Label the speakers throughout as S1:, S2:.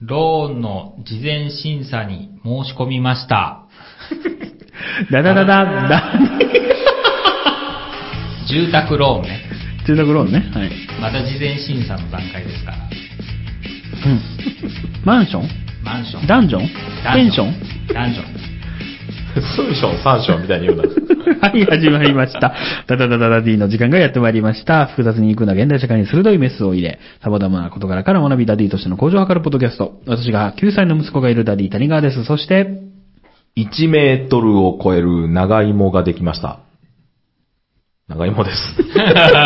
S1: ローンの事前審査に申し込みました。
S2: だだだだ、だ、
S1: 住宅ローンね。
S2: 住宅ローンね。はい。
S1: まだ事前審査の段階ですから。
S2: うん。マンション
S1: マンション。
S2: ダンジョン
S1: ダ
S2: ペ
S1: ン
S2: ン
S1: ジ
S2: ショ
S1: ョ
S2: ン
S1: ンダンジョン。
S3: 数章、三章みたいに言うな。
S2: はい、始まりました。ダダダダダディの時間がやってまいりました。複雑にいくな現代社会に鋭いメスを入れ、さまざまな事柄から学びダディとしての向上を図るポッドキャスト。私が9歳の息子がいるダディ谷川です。そして、
S3: 1メートルを超える長芋ができました。長芋です。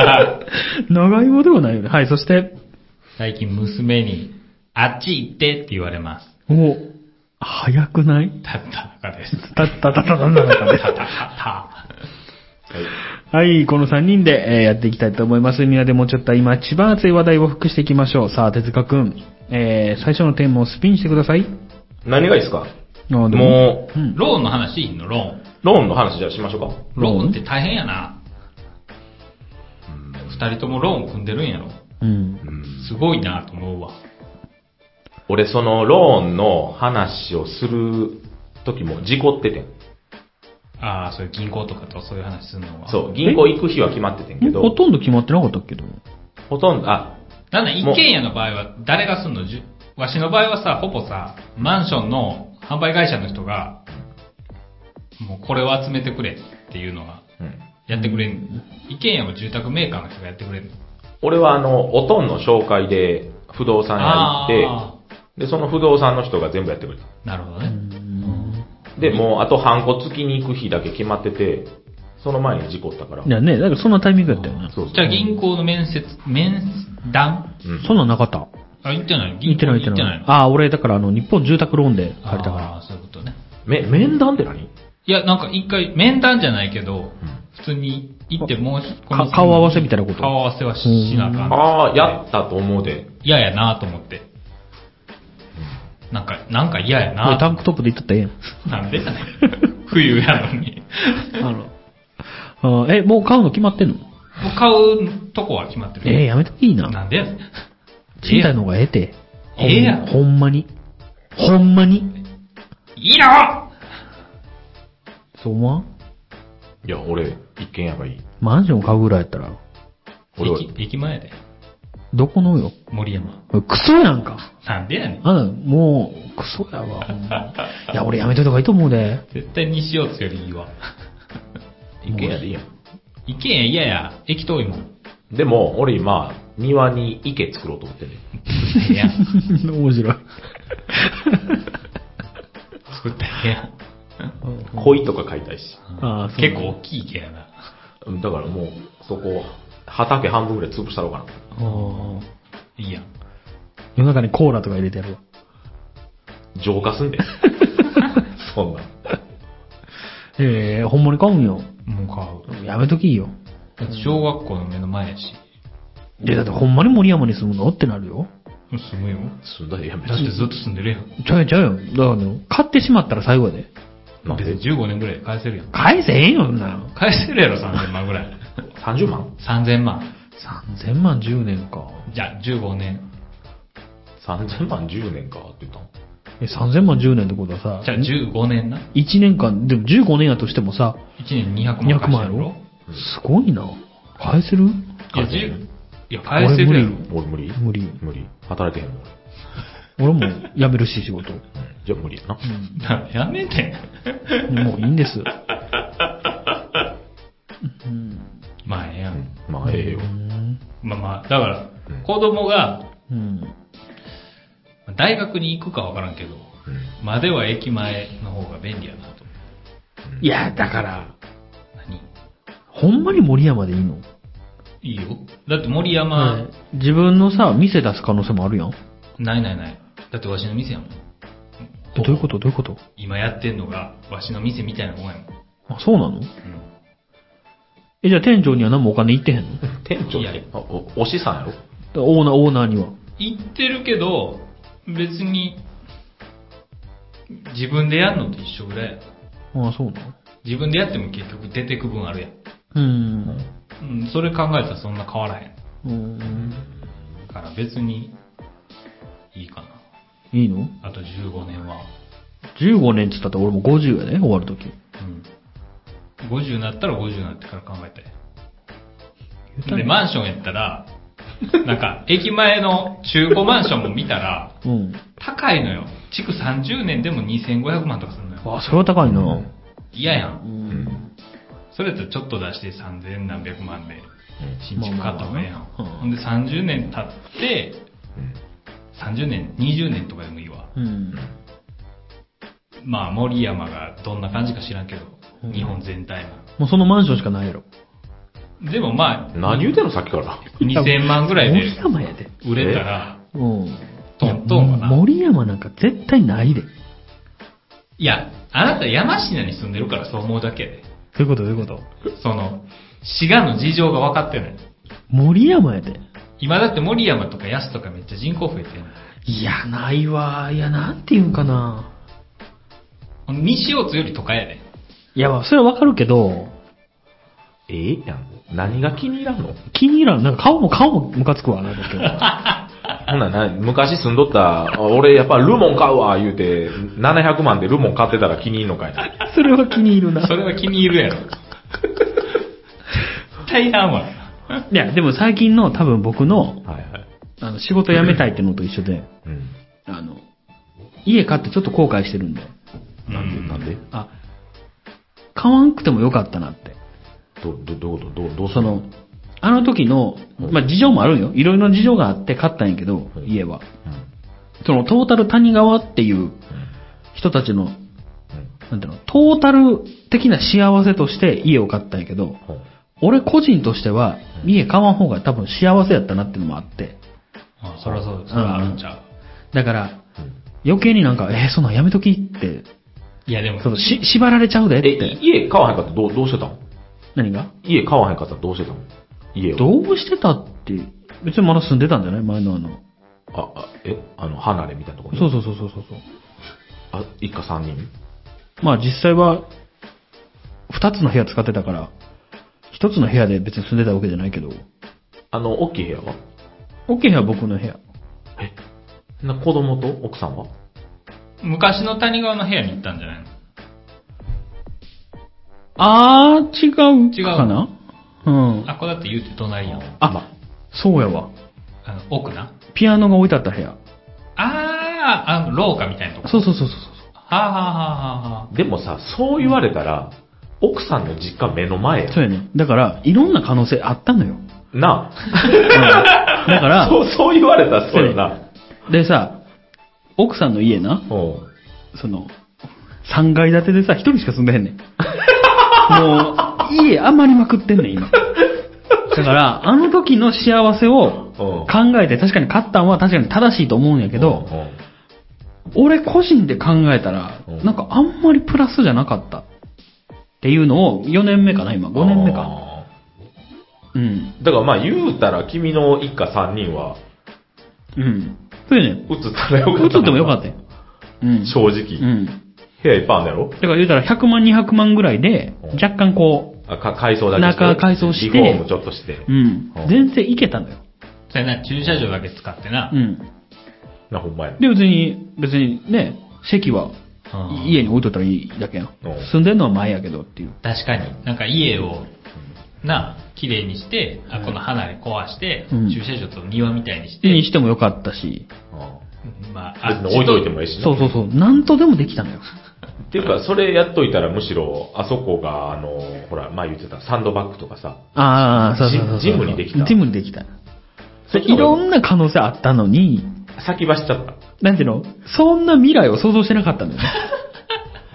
S2: 長芋ではないよね。はい、そして、
S1: 最近娘に、あっち行ってって言われます。
S2: お、早くない
S1: たった中です。
S2: たったたたたたた
S1: たたた
S2: はい、この3人で、えーやっていきたいと思います。みんなでもうちょっと今一番熱い話題を復していきましょう。さあ、手塚くん、えー、最初のテーマをスピンしてください。
S3: 何がいいですか
S2: あーで
S3: も
S2: う
S3: う、
S1: た。
S2: ん、
S1: ローンの話いいのロ
S3: ローンの話じゃあしましょうか。
S1: ーン。ローンって大変やな。二人ともローン組んでるんやろ。
S2: うん。
S3: うん
S1: すごいなと思うわ。
S3: 俺、そのローンの話をする時も事故っててん。
S1: ああ、そういう銀行とかとそういう話するのは。
S3: そう、銀行行く日は決まっててんけ
S2: ほ
S3: ど、
S2: とんど決まってなかったっけど。
S3: ほとんど、あ、
S1: なんだ、一軒家の場合は誰がすんのじゅわしの場合はさ、ほぼさ、マンションの販売会社の人が、もうこれを集めてくれっていうのが、
S3: うん。
S1: やってくれん。一軒家も住宅メーカーの人がやってくれんの。
S3: 俺はあの、おとんの紹介で不動産屋行
S1: あ
S3: って、で、その不動産の人が全部やってくれた。
S1: あ、なるほどね。
S3: で、もうあと半個月に行く日だけ決まってて、その前に事故ったから。
S2: いやね、なんかそんなタイミングやったよね。
S3: そうそう
S1: じゃあ銀行の面接、面談
S3: うん
S2: そんなんなかった。
S1: あ、行ってない銀
S2: 言って
S1: 行
S2: ない
S1: に行って
S2: 言っ
S1: て
S2: な
S1: ないい。
S2: ああ、俺だからあの、日本住宅ローンで借りたから。
S1: あーそういうことね。
S3: め、面談って何
S1: いや、なんか一回、面談じゃないけど
S3: ん、
S1: 普通に行って申し込みする
S2: か顔合わせみたいなこと
S1: 顔合わせはしなあかん。
S3: ああ、やったと思うで。
S1: 嫌やなと思って。なんか、なんか嫌や
S2: これ
S1: な
S2: タンクトップで行ったってええやん。
S1: なんでやねん。冬やのに。
S2: あ の、あーえ、もう買うの決まってんの
S1: もう買うとこは決まってる。
S2: えー、やめときいいな。
S1: なんでやねん。
S2: 賃貸の方がええて。
S1: ええやん
S2: ほんまに。ほんまに。
S1: いいな
S2: そう思わん
S3: いや、俺、一軒家がいい。
S2: マンション買うぐらいやったら、
S3: 俺は、
S1: 駅駅前で。
S2: どこのよ。
S1: 森山。
S2: クソやんか。
S1: なんでやねん。
S2: あんなもう、クソやわ、ほんま。いや、俺やめといた方がいいと思うで。
S1: 絶対西大津よりいいわ。
S3: 一軒家でいいやん。
S1: 行けや、嫌や。駅遠いもん。
S3: でも、俺今、庭に池作ろうと思ってんねん。
S1: いやん、
S2: 面白い。
S1: 作ったらええやん。
S3: 鯉とか買いたいし。
S2: あーそう
S1: 結構大きい池やな。
S3: うんだからもう、そこ、畑半分ぐらい潰したろうかな。
S2: あー
S1: いいやん。
S2: 夜中にコーラとか入れてやるわ。
S3: 浄化す んで。そんなん。
S2: ええほんまに買うんよ。
S1: もう買う。
S2: やめときいいよ。
S1: だって小学校の目の前やし。
S2: いや、だってほんまに森山に住むのってなるよ。
S1: すごいよ。
S3: すんだりやめ
S1: だ
S3: な
S1: ってずっと住んでるやん。
S2: ちゃうやんちゃうよ。だからね、買ってしまったら最後やで。
S3: なん
S1: 別
S3: で
S1: に15年ぐらいで返せるやん。
S2: 返せへんよ、そんなん。
S1: 返せるやろ、3000万ぐらい。
S3: ?30 万
S1: 3000万。
S2: 3000万10年か。
S1: じゃあ、15年。
S3: ?3000 万10年かって言ったの
S2: え、3000万10年ってことはさ、
S1: じゃあ、15年な。
S2: 1年間、でも15年やとしてもさ、
S1: 1年200万
S2: 200
S1: 返
S2: 万
S1: せ
S2: や
S1: る
S2: ろすごいな。返せる
S1: いや、
S3: 返せる
S1: 10いや、返せるや
S2: 俺
S1: ろ
S2: 無。
S3: 俺無理
S2: 無理。
S3: 無理。働けへんもん俺。
S2: 俺も辞めるし、仕事。
S3: うんじゃあ無理やな。
S1: なやめて。
S2: もういいんです。
S1: まあ、ええやん。
S3: まあ、ええよ
S2: う。ん。
S1: まあまあ、だから、子供が、
S2: うん。
S1: 大学に行くかわからんけど、までは駅前の方が便利やなと。
S2: いや、だから、
S1: 何
S2: ほんまに森山でいいの
S1: いいよ。だって森山、
S2: ね自分のさ、店出す可能性もあるやん。
S1: ないないない。だってわしの店やもん。
S2: えどういうことどういうこと
S1: 今やってんのが、わしの店みたいなもんやもん。
S2: あ、そうなの
S1: うん
S2: え、じゃあ店長には何もお金いってへんのだか
S3: 店長
S1: い
S3: っ
S1: や
S3: て、あお、お師さんやろ
S2: らオーナー、オーナーには。
S1: 行ってるけど、別に、自分でやるのと一緒ぐらいや。
S2: ああ、そうなの
S1: 自分でやっても結局出てく分あるやん。
S2: うん。
S1: うん、それ考えたらそんな変わらへん。
S2: うん。
S1: だから別に、いいかな。
S2: いいの
S1: あと15年は。
S2: ?15 年って言ったって俺も50やで、終わるとき。
S1: うん。50になったら50になってから考えて。で、マンションやったら、なんか、駅前の中古マンションも見たら、
S2: うん。
S1: 高いのよ。築30年でも2500万とかするのよ。
S2: あ、それは高いな。
S1: 嫌やん。
S3: うん。
S1: それやったらちょっと出して3000何百万で、新築買った方がええやん。
S2: まあまあまあ
S1: ほんで30年経って、30年、20年とかでもいいわ。
S2: うん。
S1: まあ、森山がどんな感じか知らんけど
S2: うん、
S1: 日本全体も。
S2: もうそのマンションしかないやろ。
S1: でもまあ、
S3: 何言うてんのさっきから。
S1: 2000万ぐらい
S2: 森
S1: で
S2: 山やで。
S1: 売れたら、
S2: うん。
S1: トントンはない
S2: や森山なんか絶対ないで。
S1: いや、あなた山科に住んでるからそう思うだけで。
S2: どういうことどういうこと
S1: その、滋賀の事情が分かってない。
S2: 森山やで。
S1: 今だって森山とか安とかめっちゃ人口増えてる
S2: いや、ないわ。いや、なんていうんかな。
S1: 西大津より都会やで。
S2: いや、まあそれはわかるけど、
S3: ええやん。何が気に入らんの
S2: 気に入らん。なんか顔も顔もムカつくわ。なんか今日
S3: ほんならな昔住んどった、あ俺やっぱルモン買うわ、言うて、700万でルモン買ってたら気に入んのかいな。
S2: それは気に入るな。
S1: それは気に入るやろ。 絶対いらんわ。
S2: いや、でも最近の多分僕の、
S3: はいはい。
S2: あの、仕事辞めたいってのと一緒で、
S3: うん。
S2: あの、家買ってちょっと後悔してるんで、
S3: なんで、
S1: うん
S3: なんで
S2: あ、買わんくてもよかったなって。
S3: ど、ど、どういうことどう、どうす
S2: そ
S3: ん
S2: の、あの時の、まあ、事情もあるんよ。いろいろな事情があって買ったんやけど、
S3: はい
S2: 家は。
S3: うん。
S2: その、トータル谷川っていう人たちの、なんていうの、トータル的な幸せとして家を買ったんやけど、
S3: うん。うん
S2: 俺個人としては、家買わん方が多分幸せやったなっていうのもあって。
S1: あそりゃそうです。それはあるんちゃう。
S2: だから、余計になんか、えーそんなんやめときって、
S1: いやでも
S2: そ、のし、縛られちゃうでっ
S3: え、
S2: て。
S3: 家買わへんかったらどう、どうしてたん
S2: 何が
S3: 家買わへんかったらどうしてたん家を。
S2: どうしてたって、別にまだ住んでたんじゃない前のあの。
S3: あ、あ、え、あの、離れみたいなところに。
S2: そうそうそうそうそうそう。
S3: あ、一家三人
S2: まあ実際は、二つの部屋使ってたから、一つの部屋で別に住んでたわけじゃないけど、
S3: あの、大きい部屋は
S2: 大きい部屋は僕の部屋。
S3: えな、子供と奥さんは
S1: 昔の谷川の部屋に行ったんじゃないの
S2: あー、違うかなうん。
S1: あ、ここだって言うて隣やん。
S2: あ、そうやわ。
S1: あの、奥な。
S2: ピアノが置いてあった部屋。
S1: あー、あの、廊下みたいなとこ。
S2: そうそうそうそうそう。
S1: はあ、はあはあはあ、
S3: でもさ、そう言われたら、奥さんの実家目の前や
S2: そうやね。だから、いろんな可能性あったの よ。
S3: な
S2: だから、
S3: そう、そう言われたらそうやな。
S2: でさ、奥さんの家な、
S3: うん。
S2: その、3階建てでさ、一人しか住んでへんねん。もう、家余りまくってんねん、今。だから、あの時の幸せを
S3: うん
S2: 考えて、確かに買ったんは確かに正しいと思うんやけど、
S3: うん
S2: 俺個人で考えたら、
S3: うん
S2: なんかあんまりプラスじゃなかった。っていうのを、4年目かな、今。5年目か。
S3: あ
S2: うん。
S3: ーだからまあ言うたら君の一家三人は、
S2: うん。そうやねん。
S3: 映ったらよかった。
S2: 映ってもよかったよ。うん。
S3: 正
S2: う
S3: 直。
S2: ん。
S3: 部屋いっぱいあるんだろ
S2: だから言うたら100万200万ぐらいで
S3: うん、
S2: 若干こ
S3: あ、か、改装だけ
S2: 中改装して
S3: リフォームちょっとして。
S2: う、うん
S3: うん、
S2: 全然いけたのよ。
S1: それな、駐車場だけ使ってな。
S2: う
S1: うん
S2: ん。
S3: な、ほんまや。
S2: で、別に、別にね、席は家に置いとったらいいだけやん
S3: うん。
S2: 住んでんのは前やけどっていう。
S1: 確かに。なんか家を、な、綺麗にして、あ、この離れ壊して、
S2: うん
S1: 駐車場と庭みたいにして、
S2: 家にしてもよかったし、
S3: うん
S1: まあ、
S3: 別に置いといてもええしな。
S2: そうそうそう、なんとでもできた のよ。
S3: っていうか、それやっといたらむしろ、あそこが、あの、ほら、前言ってたサンドバッグとかさ、
S2: ああ、そうそうそうそう
S3: ジムジムにできた
S2: ジムにできた。
S3: そっちの方
S2: い
S3: が
S2: ろんな可能性あったのに、
S3: 先走っちゃった。
S2: なんていうの、そんな未来を想像してなかったのよね。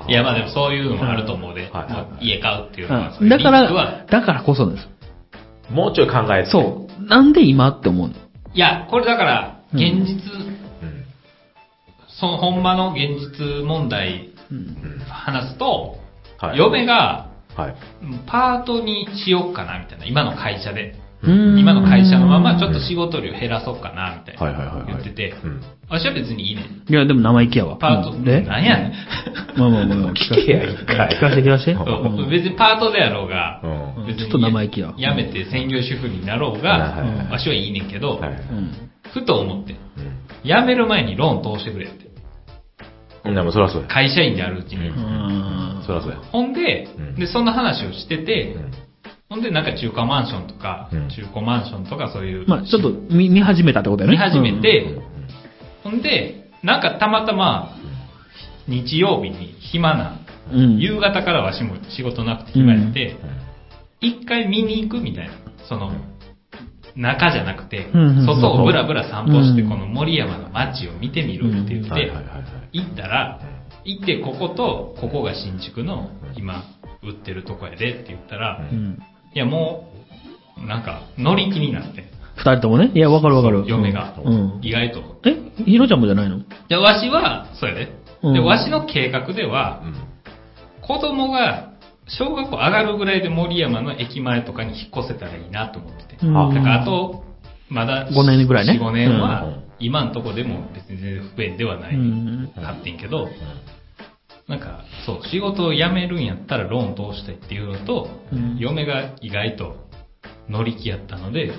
S1: いや、まあでもそういうのもあると思うで、
S3: はい
S1: まあ家買うっていうのは、
S2: うんだか
S1: リスク
S2: ら
S1: は、
S2: だからこそです。
S3: もうちょい考えて。
S2: そう。なんで今って思うの
S1: いや、これだから、
S2: うん
S1: 現実、
S3: うん。
S1: その、ほんまの現実問題、
S2: うん
S1: 話すと、
S3: はい
S1: 嫁が、
S3: はい。
S1: うんパートにしようかな、みたいな、今の会社で。
S2: うん
S1: 今の会社のまま、ちょっと仕事量減らそうかな、みたい
S3: はいはいはいは。
S1: ない言ってて
S3: う、ん。
S1: 私は別にいいねん。
S2: いや、でも生意気やわ。
S1: パート、
S2: うんで
S1: なんやねん。
S2: まあまあまあまあ、聞かせ
S3: 聞け
S2: て。
S3: や、一回。
S2: 聞かせて聞かせて。う
S3: う
S2: ん
S1: そう
S2: うん
S1: 別にパートであろうが
S3: う、ん。
S2: うん
S1: 別に
S2: ちょっと生意気や
S1: やめて専業主婦になろう
S3: はい
S1: が
S3: はいはい、
S1: わしはいいねんけど
S3: は、い。
S2: うん
S1: ふと思って、
S3: うん
S1: やめる前にローン通してくれって。
S3: でもそらそうや。
S1: 会社員であるうちに。
S3: う
S2: うん
S3: そらそうや。
S1: ほんで
S3: うん、
S1: で、そんな話をしてて、
S3: うん
S1: ほんで、なんか中華マンションとか、
S3: うん
S1: 中古マンションとかそういう、
S2: まあちょっと見見始めたってことだよね。
S1: 見始め
S3: う
S1: て
S3: ん、
S1: ほんで、なんかたまたま、日曜日に暇な、
S2: うん、うん。
S1: 夕方からわしも仕事なくて暇やって、一回見に行くみたいな、その、中じゃなくて、
S2: うんうん
S1: 外をぶらぶら散歩して、
S2: うん
S1: この森山の街を見てみろって言って、
S3: うんはいはいはいはい
S1: 行ったら、行ってここと、ここが新築の今、売ってるとこやでって言ったら、
S2: う
S1: い
S2: ん。
S1: やもう、なんか、乗り気になって、
S2: 二人ともね。いや、わかるわかる。
S1: 嫁が、
S2: うん。
S1: 意外と。
S2: えひろちゃんもじゃないの
S1: で、わしは、そうやで。
S2: うん
S1: で、わしの計画では、
S3: うん
S1: 子供が小学校上がるぐらいで森山の駅前とかに引っ越せたらいいなと思ってて。
S2: うん
S1: だからあと、まだ
S2: 5年ぐらいね
S1: 4、5年
S3: う
S1: は
S3: ん、
S1: 今んとこでも別に全然不便ではな
S2: う
S1: い。
S2: ん。
S1: かってんけど、なんか、そう、仕事を辞めるんやったらローン通したいっていうのと、
S2: うん
S1: 嫁が意外と乗り気やったので、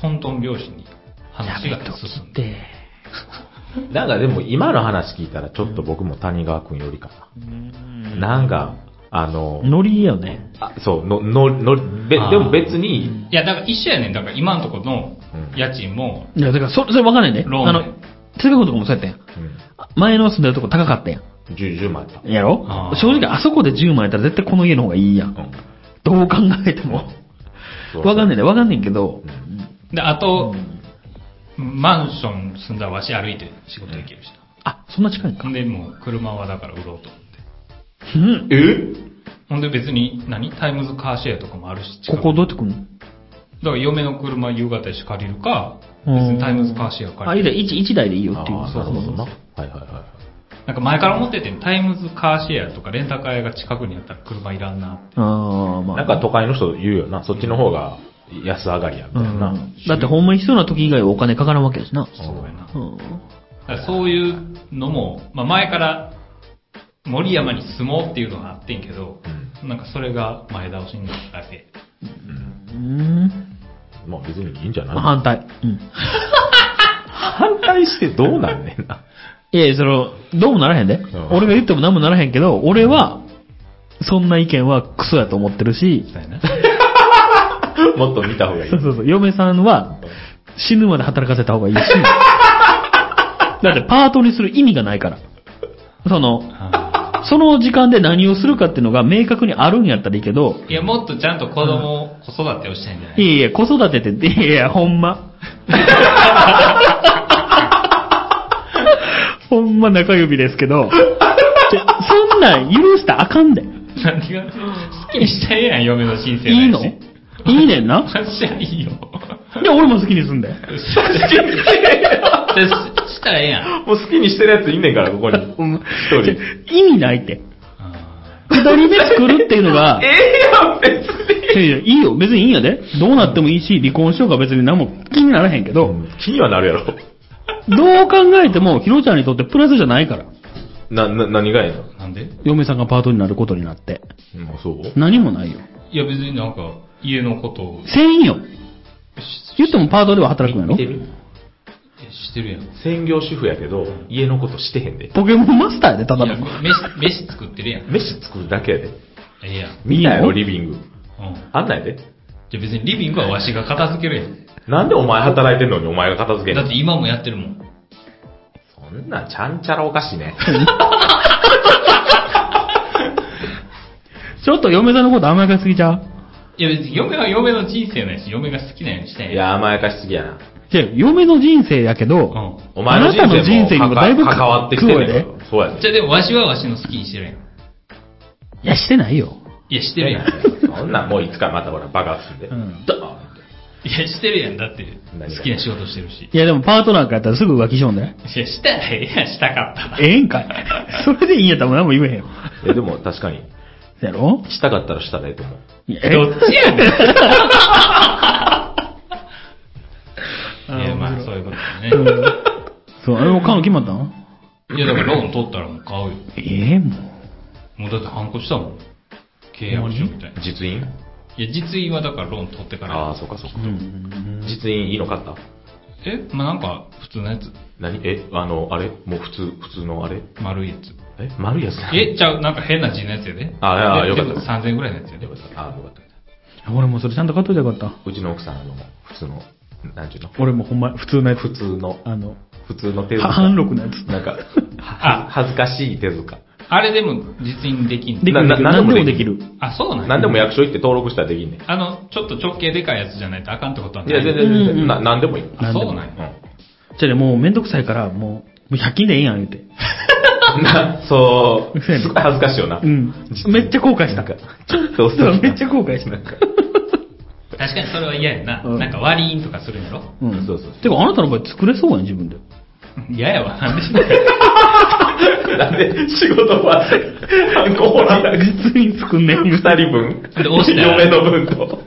S1: トントン拍子に話が進んで。
S2: で、
S3: うんなんかでも今の話聞いたらちょっと僕も谷川くんよりかな。なんか、あの、
S2: ノリよね。
S3: あそう、の、の、の、べで
S1: あー
S3: も別に、
S1: いや、だから一緒やねん。だから今んとこの家賃も、
S2: いや、だから、それ、それわかんないね。
S1: ローン
S2: あの、通学校とかもそうやったやん。前の住んでるとこ高かったやん。
S3: うん、10、10万やった。
S2: やろ
S1: あー
S2: 正直あそこで10万やったら絶対この家の方がいいやん。
S3: うん
S2: どう考えても。
S3: そう
S2: わかんないね。わかんないけど。
S1: で、あと、マンション住んだらわし歩いて仕事行けるし
S2: あ、そんな近いんか。
S1: ほんで、もう車はだから売ろうと思って。
S2: うん。
S3: え
S1: ほんで別に何、タイムズカーシェアとかもあるし、近
S2: こ
S1: く
S2: こどうやって来んの
S1: だから嫁の車夕方やし借りるか、別
S2: うん
S1: にタイムズカーシェア
S2: あ、
S1: 借
S2: いい
S1: り
S2: だ、
S1: る。
S2: 一一台でいいよっていう
S3: あ。あ、
S2: そ
S3: な
S2: う
S3: る
S2: そう
S3: ほ
S2: そ
S3: ど
S2: う
S3: な。はいはいは
S1: なんか前から思ってて、タイムズカーシェアとかレンタカー屋が近くにあったら車いらんな。
S2: ああ、ま
S3: い。
S2: あ。
S3: なんか都会の人言うよな、そっちの方が安上がりや、み
S2: う
S3: たいな。
S2: ん。だってほんまに必要な時以外はお金かからんわけやしな。
S1: そうやな。
S2: うん。
S1: だからそういうのも、まあ前から森山に住もうっていうのがあってんけど、なんかそれが前倒しになっただけ。
S2: うん。
S3: まあ別にいいんじゃ
S2: まあ
S3: ない
S2: 反対。うん。
S3: 反対してどうなんねんな。
S2: いやいや、その、どうもならへんで。
S3: ん
S2: 俺が言っても何もならへんけど、俺は、そんな意見はクソやと思ってるし、
S1: そうやな。
S3: もっと見た方がいい
S2: そ。うそうそう、嫁さんは死ぬまで働かせた方がい いし、だってパートにする意味がないから。その、
S1: あ
S2: その時間で何をするかっていうのが明確にあるんやったらいいけど、
S1: ーいや、もっとちゃんと子供、子育てをしたいんじゃない
S2: いやいや、子育てって、いやいや、ほん ま。ほんま中指ですけど、ちょそんなん許したらあかんで。
S1: 何が、好きにしたいやん、嫁の人生
S2: いいのいいねんな。
S1: じゃいいよ。
S2: いや、俺も好きにす んだよ。
S1: でししたらええやん。
S3: もう好きにしてるやついんねんから、ここ に。
S2: ち
S3: 一
S2: ょ
S3: 人。
S2: 意味ないって。二人で作るっていうのが、
S3: ええやん、別に。
S2: いやいや、いいよ、別にいいんやで。どうなってもいいし、離婚しようか別に何も気にならへんけど、
S3: 気にはなるやろ。
S2: どう考えても、ひろちゃんにとってプラスじゃないから。
S3: な、な、何がええの
S1: なんで
S2: 嫁さんがパートになることになって。
S3: うんそう
S2: 何もないよ。
S1: いや別になんか、家のことを
S2: せんよ。言ってもパートでは働くんやろ
S3: 見てる
S1: してるやん。い
S3: 専業主婦やけど、家のことしてへんで。
S2: ポケモンマスターやで、ただ
S1: や、
S2: の。
S1: 飯、飯作ってるやん。え
S3: 飯作るだけやで。
S1: えやん。
S3: 見たや
S2: いい
S3: ろ、
S2: の
S3: リビン
S1: う
S3: グ。
S1: ん。
S3: あんなんやで。
S1: じゃあ別にリビングはわしが片付けるやん。
S3: なんでお前働いてんのにお前が片付けん
S1: だ
S3: の
S1: って今もやってるもん。
S3: そんなんちゃんちゃらおかしいね。
S2: ちょっと嫁さんのこと甘やかしすぎちゃう
S1: いや別に嫁は嫁の人生ないし、嫁が好きなようにしたい
S3: いや、甘やかしすぎやな。
S2: じゃ嫁の人生やけど、
S1: うん。
S3: お前の人
S2: あなたの人生
S3: 生
S2: にも
S3: も
S2: だいぶ
S3: 関わってきてる
S2: 食う
S3: よ。そうやで
S1: じ。ゃあでもわしはわしの好きにしてるやん。
S2: いや、してないよ。
S1: いや、してるやん。
S3: そんなんもういつかまたほら爆発するで。
S2: うん
S3: ドーンって
S1: いや、してるやん。だって、
S3: 何が
S1: 好きな仕事してるし。
S2: いや、でもパートなんかやったらすぐ浮気しようんだよ。
S1: いや、したらええやん、したかったら。
S2: ええんかい。 それでいいんやったらもう何も言えへんよ。
S3: いや、でも確かに、
S2: やろ
S3: したかったらしたらええと思う。
S2: いや
S1: どっちやねん。
S2: あ
S1: いや、まあ、そういうことだね。
S2: そう、あれも買うの決まったの
S1: いや、だからローン取ったらもう買うよ。
S2: ええも
S1: もうだって反抗したもん。契約書みたいな。
S3: 実印
S1: いや、実印はだからローン取ってから。
S3: ああ、そうかそうか
S2: う。。うん。
S3: 実印いいの買った
S1: え、まあ、なんか、普通のやつ。
S3: 何え、あの、あれもう普通、普通のあれ
S1: 丸いやつ。
S3: え、丸いやつ
S1: え、ちゃう、なんか変な字のやつやで。
S3: あああ
S1: で
S3: よかった
S1: でも3000円ぐらいのやつやで
S3: よ。かった。あ、よかった。
S2: 俺もそれちゃんと買っといたらよかっ
S3: うちの奥さん、あの、普通の、なんちゅうの
S2: た。俺もほんま、普通のやつ。
S3: 普通の、
S2: あの、
S3: 普通の手
S2: は
S3: 塚。
S2: 半六のやつ。
S3: なんか、
S1: あ
S3: は恥ずかしい手塚。
S1: あれでも実にできんの
S2: できる
S3: なな
S2: 何でもで
S3: 何でもで
S2: き
S3: き
S2: る
S3: る。
S1: あ、そうなん
S3: 何でも役所行って登録したらできんねん。
S1: あの、ちょっと直径でかいやつじゃないとあかんってことはないい。
S3: や、全
S2: う
S3: 然
S2: ん
S3: 全然、な何でもいい。うん。
S1: あ、そうなんや。
S3: な
S2: じゃあね、もうめんどくさいから、もう、もう100均でええやん、言うて。
S3: そう、
S2: そうやね
S3: すごい恥ずかしいよな。
S2: うん
S3: 実に
S2: めっちゃ後悔した
S3: なんかちょっと
S2: そう
S3: 遅い
S2: めっちゃ後悔した。
S1: 確かにそれは嫌やな。
S2: うん
S1: なんか割りんとかするんやろ
S2: うん。
S3: そうそうそう
S2: てか、あなたの場合作れそうやん、自分で。
S1: 嫌 やわ。なんでしない
S3: なんで仕事終わって、ハンコもらった二
S2: 実に作 んねん。
S3: 人分。
S1: で押したら
S3: 嫁の分と。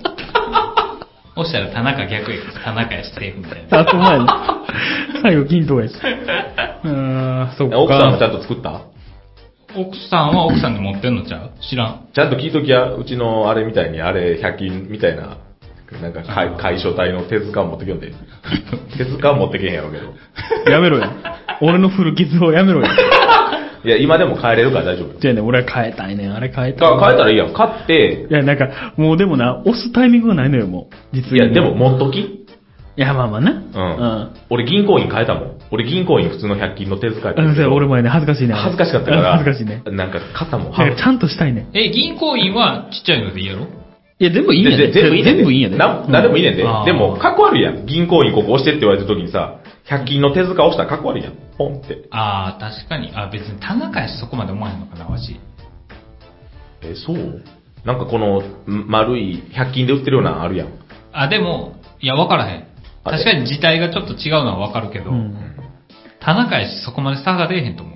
S1: 押したら田中逆やから田中やしセーフみたいな。
S2: あ、そうなんや最後、均等やし。 あー、そっか。
S3: 奥さんもちゃんと作った
S1: 奥さんは奥さんで持ってんのちゃう知らん。
S3: ちゃんと聞いときや、うちのあれみたいに、あれ100均みたいな、なんか
S1: あー
S3: 解解消体の手塚を持ってきよんで。 手塚は持ってけへんやろうけど。
S2: やめろや。俺の古傷をやめろや。
S3: いや、今でも買えれるから大丈夫よ。
S2: じゃあね、俺は変えたいねん。あれ変えたい。
S3: か買えたらいいやん。買って
S2: い、や、なんか、もうでもな、押すタイミングがないのよ、もう。実に。
S3: いや、でも。持っとき。
S2: いや、まあまあな。うん
S3: うん。俺銀行員変えたもん。俺銀行員普通の100均の手塚やった
S2: あの
S3: け
S2: さ
S3: ど
S2: 俺前ね、恥ずかしいね。
S3: 恥ずかしかったから。
S2: うん恥ずかしいね。
S3: なんか買ったもん。
S2: なんかちゃんとしたいね。
S1: え、銀行員はちっちゃいのでいいやろ
S2: いや、全部いいんや
S3: で
S2: で。
S3: で全部いいねんで。
S2: 全部いいんやで。
S3: ななんでもいいねんで
S1: うんあー。
S3: でも、かっこ悪いやん。銀行員ここ押してって言われた時にさ、100均の手塚押したらかっこ悪いやん。ポンって。
S1: ああ、確かに。あ、別に田中やしそこまで思わへんのかな、わし。
S3: え、そうなんかこの、ん丸い、100均で売ってるようなのあるやん。
S1: あ、でも、いや、わからへん。
S3: あれ
S1: 確かに字体がちょっと違うのはわかるけど、
S2: うん。
S1: 田中やしそこまで差が出えへんと思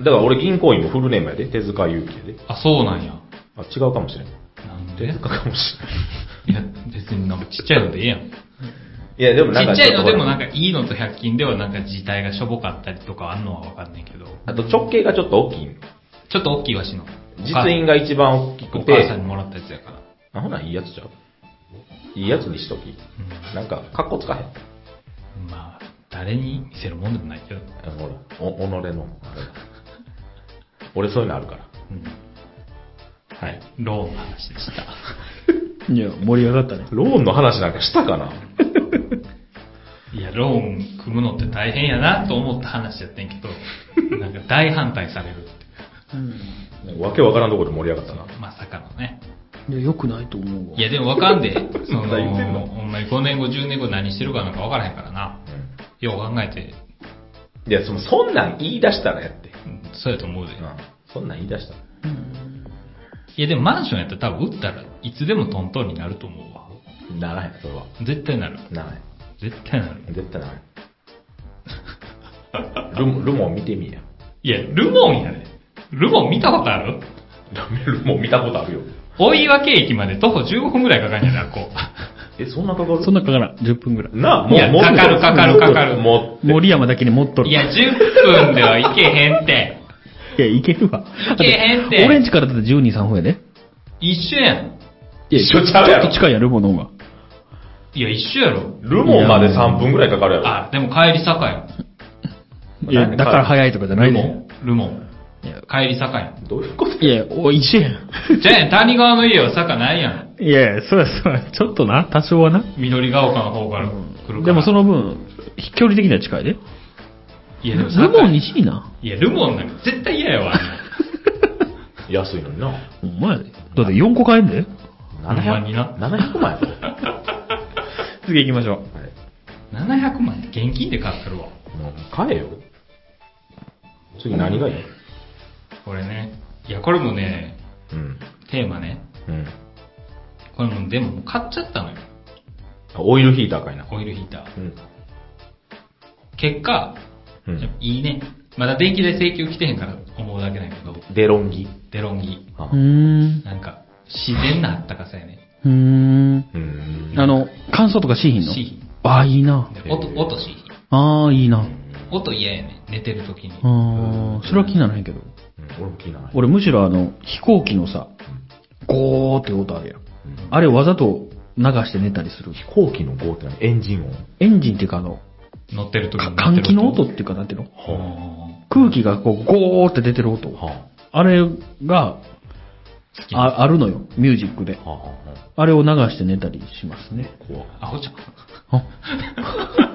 S1: う。
S3: だから俺銀行員もフルネームやで。手塚祐樹やで。
S1: あ、そうなんや。
S3: あ、違うかもしれん。
S1: なんで
S3: 手塚かもしれん。
S1: いや、別になんかちっちゃいのでええやん。ち
S3: いや、でもなんか
S1: っちゃいのでもなん
S3: か。
S1: かいいのと100均ではなんか字体がしょぼかったりとかあんのはわかんないけど、
S3: あと直径がちょっと大きいん。
S1: ちょっと大きいわしの。
S3: 実印が一番大き
S1: お母
S3: く
S1: お母さん
S3: て
S1: に、もらったやつやから。
S3: あ、ほないいやつじゃん。いいやつにしとき。なんか、かっこつかへん。
S1: うん、まあ、誰に見せるもんでもないけど。
S3: あのほら、お、己の、あれが俺そういうのあるから。
S1: うん。
S3: はい。
S1: ローンの話でした。
S2: いや、盛り上がったね。
S3: ローンの話なんかしたかない
S1: や、ローン組むのって大変やなと思った話やってんけ ど、なんか大反対されるって。
S3: なんかわけわからんところで盛り上がったな。
S1: まさかのね。
S2: いや、良くないと思うわ
S1: いや、でもわか んで、その、
S3: 何言ってんの
S1: お前5年後、10年後何してるかなんかわからへんからな。よう考えて、
S3: いや、そのそんなん言い出したらやって。
S1: うんそうやと思うで。
S3: うん。そんなん言い出したら。
S1: いや、でもマンションやったら多分売ったらいつでもトントンになると思うわ。
S3: ならへん、それは。
S1: 絶対なる。
S3: ならへん。
S1: 絶対なる。
S3: 絶対ならへん。ルモン、ルモン見てみや。
S1: いや、ルモンやで。ルモン見たことある
S3: ダメ ルモン見たことあるよ。
S1: 大岩家駅まで徒歩15分ぐらいかかんやで、あっこ
S3: え、そんなかかる
S2: そんなかからん、10分ぐらい。
S3: なあ、
S1: いやかかるかかるかかる
S3: もう、
S2: 森山だけに持っとる。
S1: いや、10分では行けへんって。
S2: いや、いけるわ。
S1: いけへんって
S2: だオレンジからだって12、3分やで。
S1: 一緒やん。
S2: いや、
S3: 一緒ちゃうやろ
S2: ちょっと近いやろ、もうの方が。
S1: いや、一緒やろ。
S3: ルモンまで3分ぐらいかかるやろ。
S1: あ、でも帰り坂やん。
S2: いや、だから早いとかじゃない
S1: ルモ
S2: で。
S1: ン。ルモン。
S2: いや
S1: 帰り坂やん。
S3: どういうこと
S2: いや、おい、一緒やん。
S1: じゃあやん、谷川の家は坂ないやん。
S2: いやいや、そうや、そうや。ちょっとな、多少はな。
S1: 緑が丘の方から来るから。
S2: でもそ、の分、飛距離的には近いで。ル
S1: いや、でも坂
S2: モンにしいな。
S1: いや、ルモンなんか絶対嫌やわ。
S3: 安いのにな。
S2: ほんまやで。だって4個買えんで。
S1: ほんまにな
S3: 700万やろ。は
S2: 次行きましょう。
S3: い
S1: 700万って現金で買ってるわ。
S3: もう買えよ。次何がいい
S1: これね。いや、これもね、
S3: うん。
S1: テーマね。
S3: うん。
S1: これも、でももう買っちゃったのよ。
S3: あオイルヒーターかいな。
S1: オイルヒーター。
S3: うん。
S1: 結果、
S3: うん。
S1: いいね。まだ電気代請求来てへんから思うだけなんやけど、
S3: デロンギ。
S1: デロンギ。
S3: あ
S2: うーん。
S1: なんか、自然なあったかさやね。
S2: うーん。
S3: うん。
S2: あの、乾燥とかしーひんの
S1: しーひん
S2: ああ、いいな。
S1: で音、音しい。
S2: ああ、いいな。
S1: 音嫌やね。寝てる時に。
S2: ああ、それは気にならへんけど。
S3: うん俺も気にならない。
S2: 俺むしろあの、飛行機のさ、ゴーって音あるやん。あれわざと流して寝たりする。
S3: 飛行機の号って何エンジン音
S2: エンジンっていうかあの、
S1: 乗ってる時
S2: か
S1: になってる
S2: 換気の音っていうか、なんていうの
S1: は
S2: 空気がこう、ゴーって出てる音。
S3: はは
S2: あれが、
S1: あ好きな
S2: ああるのよ。ミュージックで。
S3: あはあは
S2: あれを流して寝たりしますね。
S3: あ
S1: ア
S3: 怖
S1: ホちゃん。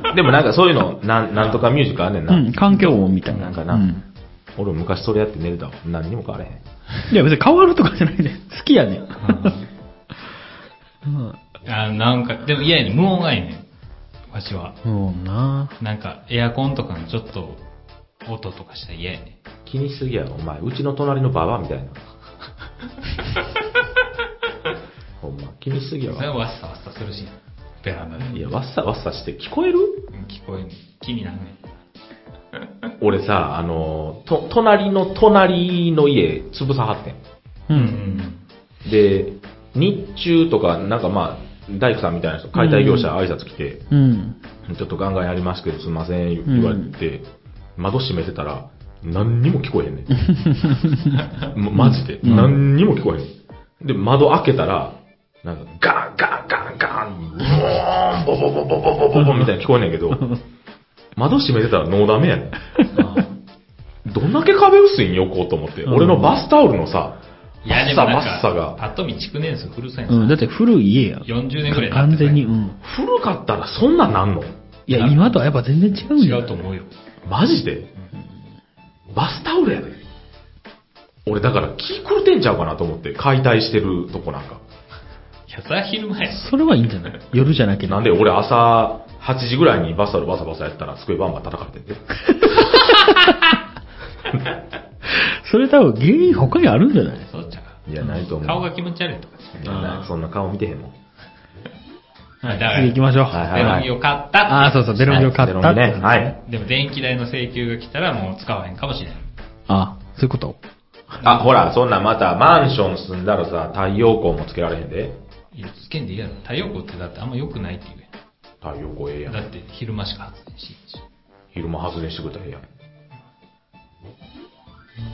S2: あ
S3: でもなんかそういうの、なん、なんとかミュージックあんねん
S2: う
S3: な。
S2: ん、環境音みたいな。
S3: なんかな
S2: うん
S3: 俺も昔それやって寝れたわ。何にも変われへん。
S2: いや別に変わるとかじゃないで。好きやね。うん。
S1: あなんか、でも嫌やねん無音がいいねん。わしは。
S2: そうな
S1: なんか、エアコンとかのちょっと、音とかしたら嫌やねん。
S3: 気にしすぎやろ、お前。うちの隣のババアみたいな。ほんま、気にしすぎや
S1: それ
S3: わ。
S1: はわっさわっさするし、ベランダで。
S3: いや、わっさわっさして聞こえる
S1: うん聞こえんねん。気になんねん。
S3: 俺さ、あの、と、隣の隣の家、潰さはってん。
S2: う。
S1: うんん。
S3: で、日中とか、なんかまあ、大工さんみたいな人、解体業者挨拶来て、
S2: うん。
S3: ちょっとガンガンやりますけど、すいません、言われて、窓閉めてたら、何にも聞こえへんねん。まマジで。
S2: ん
S3: 何にも聞こえへん。で、窓開けたら、なんか、ガンガンガンガン、ブーン、ボボボボボボボボみたいに聞こえん ねんけど、窓閉めてたらノーダメやねん。どんだけ壁薄いんよ、こうと思って。
S2: うん
S3: 俺のバスタオルのさ、
S1: いや、で
S3: バ
S1: も
S3: ッサ
S1: なんか、
S3: バッサが、
S1: パッと見築年数古さい
S2: うん。
S1: な。
S2: だって古い家や。
S1: 40年ぐらいになって
S2: 完
S1: たよ
S2: 全に、うん。
S3: 古かったらそんなんなんの
S2: いや、今とはやっぱ全然違うんだ
S1: 違
S2: よ。
S1: うと思うよ。
S3: マジでバスタオルやで。俺だから気狂ってんちゃうかなと思って、解体してるとこなんか。
S1: いや、それは昼前やし。
S2: それはいいんじゃない夜じゃなきゃ。
S3: なんで俺朝8時ぐらいにバスタオルバサバサやったら机バンバン叩かれてんで。
S2: それ多分原因他にあるんじゃない
S1: そうちゃう
S3: いや、ないと思う。
S1: 顔が気持ち悪いとかじ
S3: いやないそんな顔見てへんもん。
S1: ゃない。だから、
S2: 次行きましょう。
S3: は
S1: デ
S3: い
S1: ロンギを買ったって
S2: ああ、そうそう、デロンギを買った
S3: は
S2: っ
S3: い
S2: て
S3: デロンギね。はい。
S1: でも電気代の請求が来たらもう使わへんかもしれん。
S2: あそういうこと
S3: あ、ほら、そんなんまたマンション住んだらさ、太陽光もつけられへんで。
S1: いや、つけんでいいやろ。太陽光ってだってあんま良くないって言うや
S3: 太陽光ええや
S1: ん。だ
S3: ん。
S1: って昼間しか発電しんし。
S3: 昼間発電してくれたらええやん。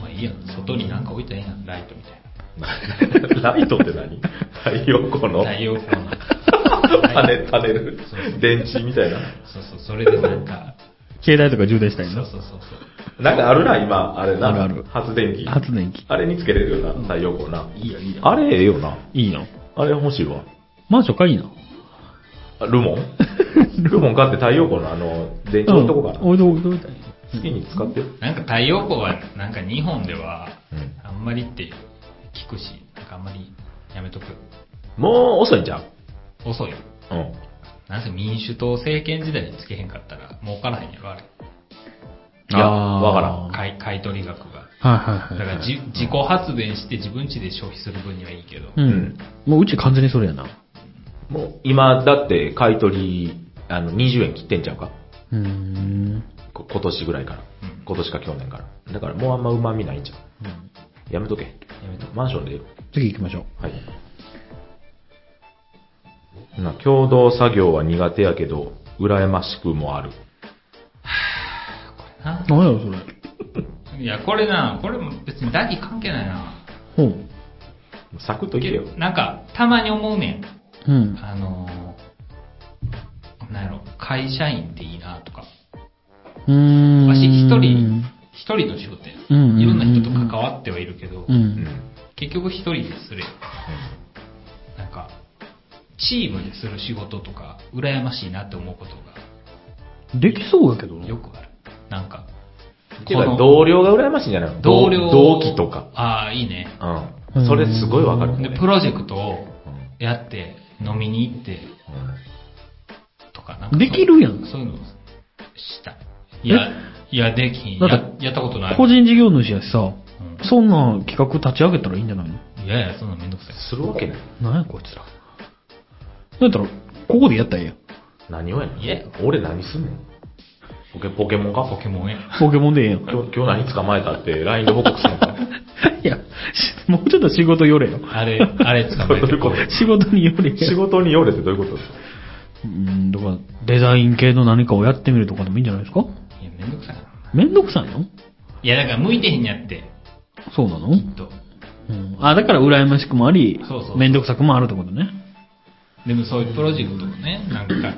S1: まあいいやん。外になんか置いたらええやん。ライトみたい
S3: ライトって何太陽光の
S1: な。太陽光の。
S3: パネ、パネル、電池みたいな。
S1: そうそう、それでなんか、
S2: 携帯とか充電したい
S1: そう
S2: の
S1: そうそう
S3: なんかあるな、今、あれな。
S2: あるある
S3: 発電機。
S2: 発電機。
S3: あれにつけれるよな、太陽光な。
S2: いいよ、いいよ。
S3: あれええよな。
S2: いいの
S3: あれ欲しいわ。
S2: マンション買いいの
S3: あル モンルモン買って太陽光のあの、電池置いとこうかな。
S2: 置いとこう、置いとこ
S3: 好きに使ってる。
S1: そう。なんか太陽光は、なんか日本では
S3: うん、
S1: あんまりって聞くし、なんかあんまりやめとく。
S3: もう遅いんちゃう
S1: 遅い。
S3: うん。
S1: なんせ民主党政権時代につけへんかったら、儲からへんやろ、あれ。
S3: いや、
S2: あー
S3: わからん。
S1: 買い買い取り額が。
S2: はいは
S1: だ
S2: い
S1: か
S2: はい。
S1: らじ、自己発電して自分家で消費する分にはいいけど。
S2: う
S3: うんん。
S2: もううち完全にそれやな。
S3: もう、今、だって、買い取り、あの、20円切ってんちゃうか
S2: うーん。
S3: こ今年ぐらいから
S1: うん。
S3: 今年か去年から。だから、もうあんま旨味ないんちゃう。やめとけ。
S1: やめとく
S3: マンションでいいよ
S2: 次行きましょう。
S3: はい。な共同作業は苦手やけど、羨ましくもある。
S1: な
S2: 何やろ、それ。
S1: いや、これな、これも別にダギ関係ないな。
S2: ほう。
S3: サクッといけよ。
S1: なんか、たまに思うねん。
S2: うん。
S1: あのー、なんやろ、会社員っていいなとか。
S2: うーん。
S1: わし一人、一人の仕事や。い
S2: うんうんうんうん
S1: ろんな人と関わってはいるけど
S2: う、。
S3: うんん。
S1: 結局一人でするやん。なんか、チームでする仕事とか、羨ましいなって思うこと
S2: できそうやけど
S1: が
S2: な
S1: よくある。なんか、
S3: てか同僚が羨ましいんじゃないの
S1: 同僚。
S3: 同期とか。。
S1: ああ、いいね。
S3: うん。それすごいわかる。
S1: で、プロジェクトをやって、飲みに行って、とかなんかそう
S2: できるやん
S1: そういうのした。いや、いや、できん。
S2: だ
S1: や
S2: っ
S1: やったことない。
S2: 個人事業主やしさ、
S1: ん
S2: そんな企画立ち上げたらいいんじゃないの
S1: いやいや、そんなめんどくさい。
S3: するわけない。
S2: なんやこいつら。なんやったら、ここでやったらええやん。
S3: 何をやねん。
S1: いえ
S3: 俺何すんねん。ポケ、ポケモンか
S1: ポケモンや。
S2: ポケモンでええやん。
S3: 今日、今日何捕まえたって LINE で報告するのか。
S2: いや、しもうちょっと仕事よれよ。
S1: あ れ、あれ捕
S3: どう
S1: まえ
S3: い
S1: て
S3: う。こと
S2: 仕事によれよ。
S3: 仕事によれってどういうこと
S2: うん、だから、デザイン系の何かをやってみるとかでもいいんじゃないですか
S1: いや、めんどくさいな。
S2: めんどくさいの
S1: いや、だから向いてへんやって、
S2: そうなの
S1: きっと。
S2: うん。あ、だから羨ましくもあり、
S1: そうそう
S2: めんどくさくもあるってことね。
S1: でもそういうプロジェクトをね、なんか、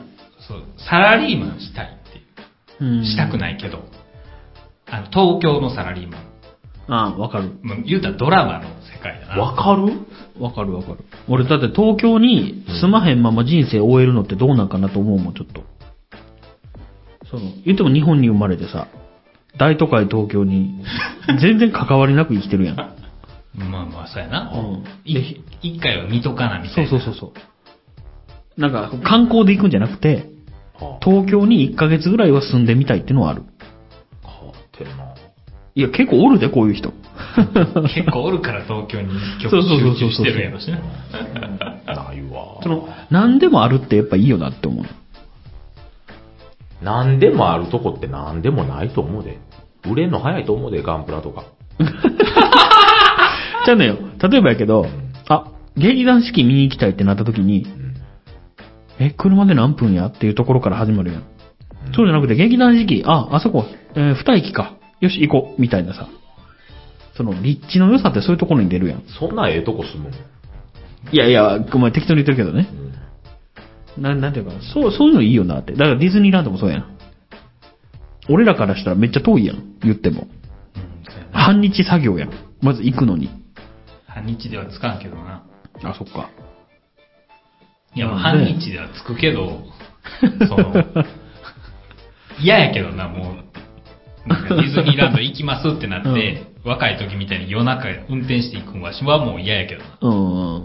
S1: そう、サラリーマンしたいっていう。
S2: うん
S1: したくないけど、あの東京のサラリーマ
S2: ああ、わかる。
S1: ン、もう言うたらドラマの世界だな。
S3: わかる
S2: わかるわかる。俺だって東京に住まへんまま人生終えるのってどうなんかなと思うもん、ちょっと。その、言っても日本に生まれてさ、大都会東京に全然関わりなく生きて るやん。
S1: まあまあ、そうやな。
S2: うん
S1: い一回は見とかなみた
S2: そ
S1: いうな。
S2: そうそうそう。なんか観光で行くんじゃなくて、東京に1ヶ月ぐらいは住んでみたいってのはある。
S3: 変わってるな。
S2: いや、 結構おるで、こういう人。
S1: 結構おるから東京に一
S2: そ
S1: 曲
S2: うそうそうそ
S1: 集
S2: う
S1: 中してるやろしな。
S3: ないわ。
S2: その、何でもあるってやっぱいいよなって思う。
S3: 何でもあるとこって何でもないと思うで。売れんの早いと思うで、ガンプラとか。
S2: じゃあねよ、例えばやけど、あ、劇団四季見に行きたいってなった時に、え、車で何分やっていうところから始まるやん。そうじゃなくて、劇団四季、あ、あそこ、えー二駅か。よし、行こう。みたいなさ。その、立地の良さってそういうところに出るやん。
S3: そんなええとこ住むん、
S2: いやいや、ごめん、適当に言ってるけどね。
S3: うん
S2: な、なんていうかな、そう、そういうのいいよなって。だからディズニーランドもそうやん。俺らからしたらめっちゃ遠いやん。言っても。
S1: うんそうやな
S2: 半日作業やん。まず行くのに。
S1: 半日ではつかんけどな。
S2: あ、そっか。
S1: いや、まあ
S2: う
S1: 半
S2: ん
S1: 日ではつくけど、そ の、嫌やけどな、もう。なんかディズニーランド行きますってなって、若い時みたいに夜中運転していくんは、しはもう嫌やけどな。
S2: うんうん。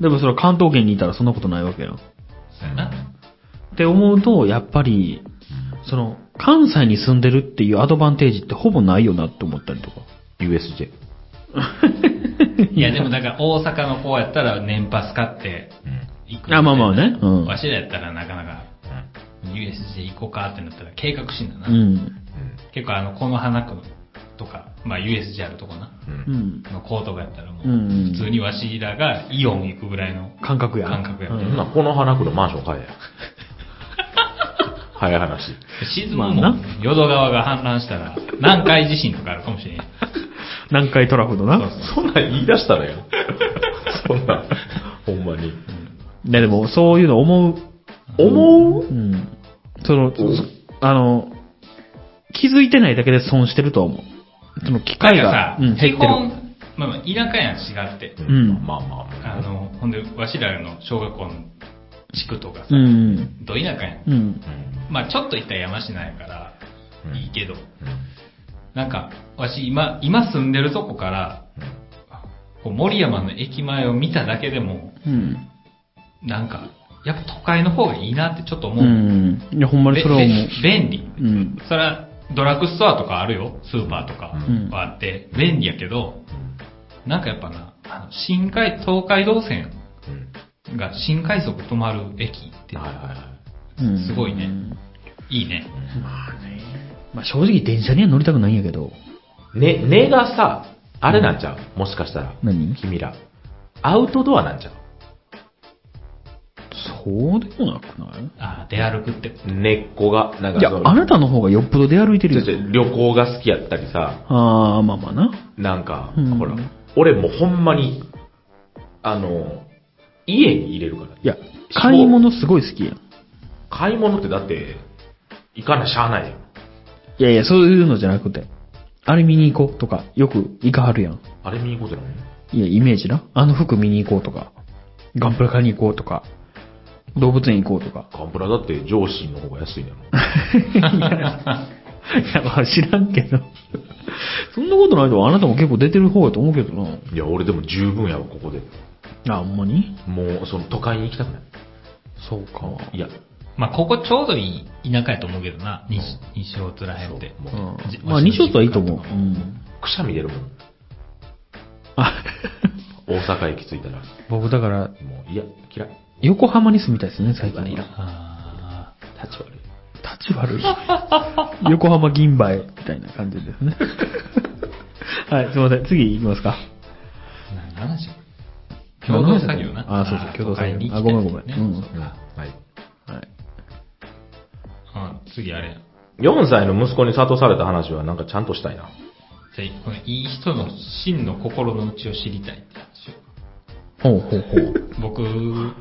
S2: でもそれは関東圏にいたらそんなことないわけやん。っ
S1: そうやな。
S2: て思うと、やっぱり、その、関西に住んでるっていうアドバンテージってほぼないよなって思ったりとか。
S3: USJ。
S1: いや、でもだから大阪の子やったら年パス買って
S3: うん
S1: 行く。
S2: あまあまあねうん
S1: わしらやったらなかなか、USJ 行こうかってなったら計画しんだな。
S2: うん。
S1: 結構あの、この花区とか、まあ USJ あるとこな、
S3: うんうん
S2: うん。
S1: のコートがやったらもう、
S2: うん
S1: 普通にわしらがイオン行くぐらいの
S2: 感覚やん。
S1: 感覚や
S2: う
S1: ね。
S3: まあ、この花区のマンション買えや。早い話。
S1: 沈むも
S2: まあ
S1: ん
S2: な、
S1: 淀川が氾濫したら、南海地震とかあるかもしれん。
S2: 南海トラフのな。
S3: そんなん言い出したらよ。そんなん、ほんまに。
S2: ね、でも、そういうの思う。
S3: 思う
S2: うん。その、あの、気づいてないだけで損してるとは思う。その機
S1: なん
S2: 会
S1: か
S2: が
S1: さ、、
S2: うん、
S1: 基
S2: 減ってる。
S1: 本、まあまあ、田舎やん、滋賀って。
S2: ん
S3: まあまあま
S1: あ
S3: あ。
S1: の、ほんで、わしらの小学校の地区とかさ、
S2: うん。
S1: ど田舎やん。
S2: うん。
S3: うん
S1: まあ、ちょっと行ったら山科やから、
S3: うん
S1: いいけど、
S3: うん
S1: なんか、わし今、今住んでるとこから、こう森山の駅前を見ただけでも、
S2: うん。
S1: なんか、やっぱ都会の方がいいなってちょっと思
S2: う
S1: う。
S2: ん。いや、ほんまに
S1: べ
S2: それは思う。
S1: 便利。
S2: うん。
S1: それはドラッグストアとかあるよ、スーパーとか
S2: うん
S1: はあって、便利やけど、なんかやっぱな、あの新海、東海道線
S3: うん
S1: が新快速止まる駅って、
S3: はいはいはい。
S2: うん
S1: すごいね。いいね。
S2: まあ正直電車には乗りたくないんやけど。
S3: ね、根がさ、あれなんちゃうもしかしたら。
S2: 何
S3: 君ら。アウトドアなんちゃ
S2: そうでもなくない
S1: あー出歩くって。
S3: う根っこが、なんか
S2: いや
S3: そ、の
S2: あなたの方がよっぽど出歩いてる
S3: ち
S2: よ
S3: ょ。ちょ旅行が好きやったりさ、
S2: ああ、まあまあな。
S3: なんか、
S2: うん
S3: ほら、俺もうほんまに、あの、家に入れるから。
S2: いや、買い物すごい好きやん。
S3: 買い物ってだって、行かなしゃあないやん。
S2: いやいや、そういうのじゃなくて。あれ見に行こうとか、よく行かはるやん。
S3: あれ見に行こうじゃない
S2: いや、イメージな。あの服見に行こうとか、ガンプラ買いに行こうとか、動物園行こうとか。
S3: ガンプラだって上司の方が安いねんもん。
S2: いや、まあ知らんけど。そんなことないとあなたも結構出てる方やと思うけどな。
S3: いや、俺でも十分やわ、ここで。
S2: あ、ほんまに
S3: もう、その都会に行きたくない。
S2: そうか。
S3: いや、
S1: まあ、ここちょうどいい田舎やと思うけどな、西西大津らへんって。
S2: う
S3: も
S2: ん
S1: じ。
S2: まあ、二ショットはいいと思う。うん。
S3: うくしゃみ出るもん。
S2: あ、
S3: 大阪駅着いたら。
S2: 僕だから、
S3: もう、いや、嫌い。
S2: 横浜に住みたいですね、最近。立
S1: あ
S3: 立ち悪い。
S2: ち悪い。横浜銀杯みたいな感じですね。 はい、すいません。次行きますか。
S1: ー何の話これ共同作業な。
S2: あ、そうそう、共
S1: 都
S2: 同作
S1: 会に
S2: 業。
S1: 来て
S2: あ、ごめんごめん。
S1: ね
S2: うん。
S3: うんはい。
S2: はい。
S1: あ次あれや。
S3: 4歳の息子に諭された話はなんかちゃんとしたいな。
S1: じゃあこのいい人の真の心の内を知りたいって話を。
S2: ほうほうほう。
S1: 僕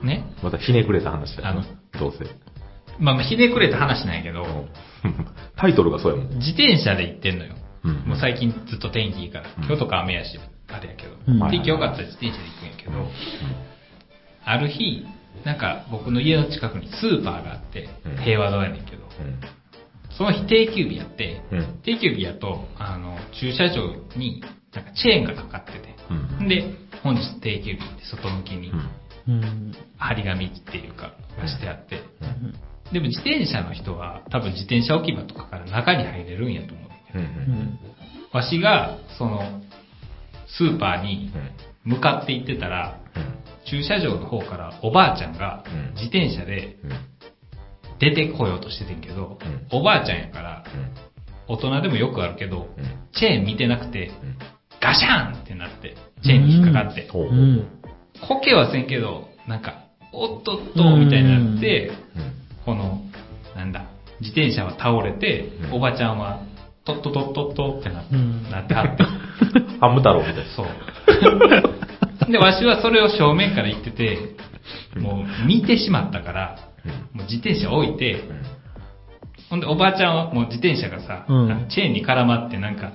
S1: ね、
S3: またひねくれた話だ
S1: あ
S3: よ
S1: の
S3: どうせ。
S1: まあ、ひねくれた話なんやけど、
S3: タイトルがそうやもん。
S1: 自転車で行ってんのよ。
S3: うん
S1: もう最近ずっと天気いいから、
S3: うん
S1: 今日とか雨やし、あれやけど、
S2: うん
S1: 天気良かったら自転車で行くんやけど、ある日、なんか僕の家の近くにスーパーがあって
S3: うん、
S1: 平和堂やねんけど、その日定休日やって、
S3: うん。うん。
S1: 定休日やと、あの、駐車場に、なんかチェーンがかかってて、
S3: うん。
S1: で、本日定休日って外向きに
S3: うん。
S2: うん。
S1: 張り紙っていうか、がしてあって、
S3: うん。
S1: でも自転車の人は多分自転車置き場とかから中に入れるんやと思う。
S3: うん。
S2: うん。
S1: わしが、その、スーパーに向かって行ってたら、駐車場の方からおばあちゃんが
S3: うん
S1: 自転車で出てこようとしててんけど、
S3: うん
S1: おばあちゃんやから、大人でもよくあるけど、チェーン見てなくて、ガシャンってなって、チェーンに引っかかって、
S3: ほう
S2: う。ん。
S1: こけはせんけど、なんか、おっとっと、みたいになって、この、なんだ、自転車は倒れて、
S3: うん
S1: おばちゃんは、とっととっとっとってな,、
S2: うん
S1: なっては って、
S3: ハム太郎みたい
S1: そう。で、 わしはそれを正面から言ってて、もう見てしまったから、もう自転車置いて、ほんでおばあちゃんはもう自転車がさ、
S2: うん
S1: なんかチェーンに絡まってなんか、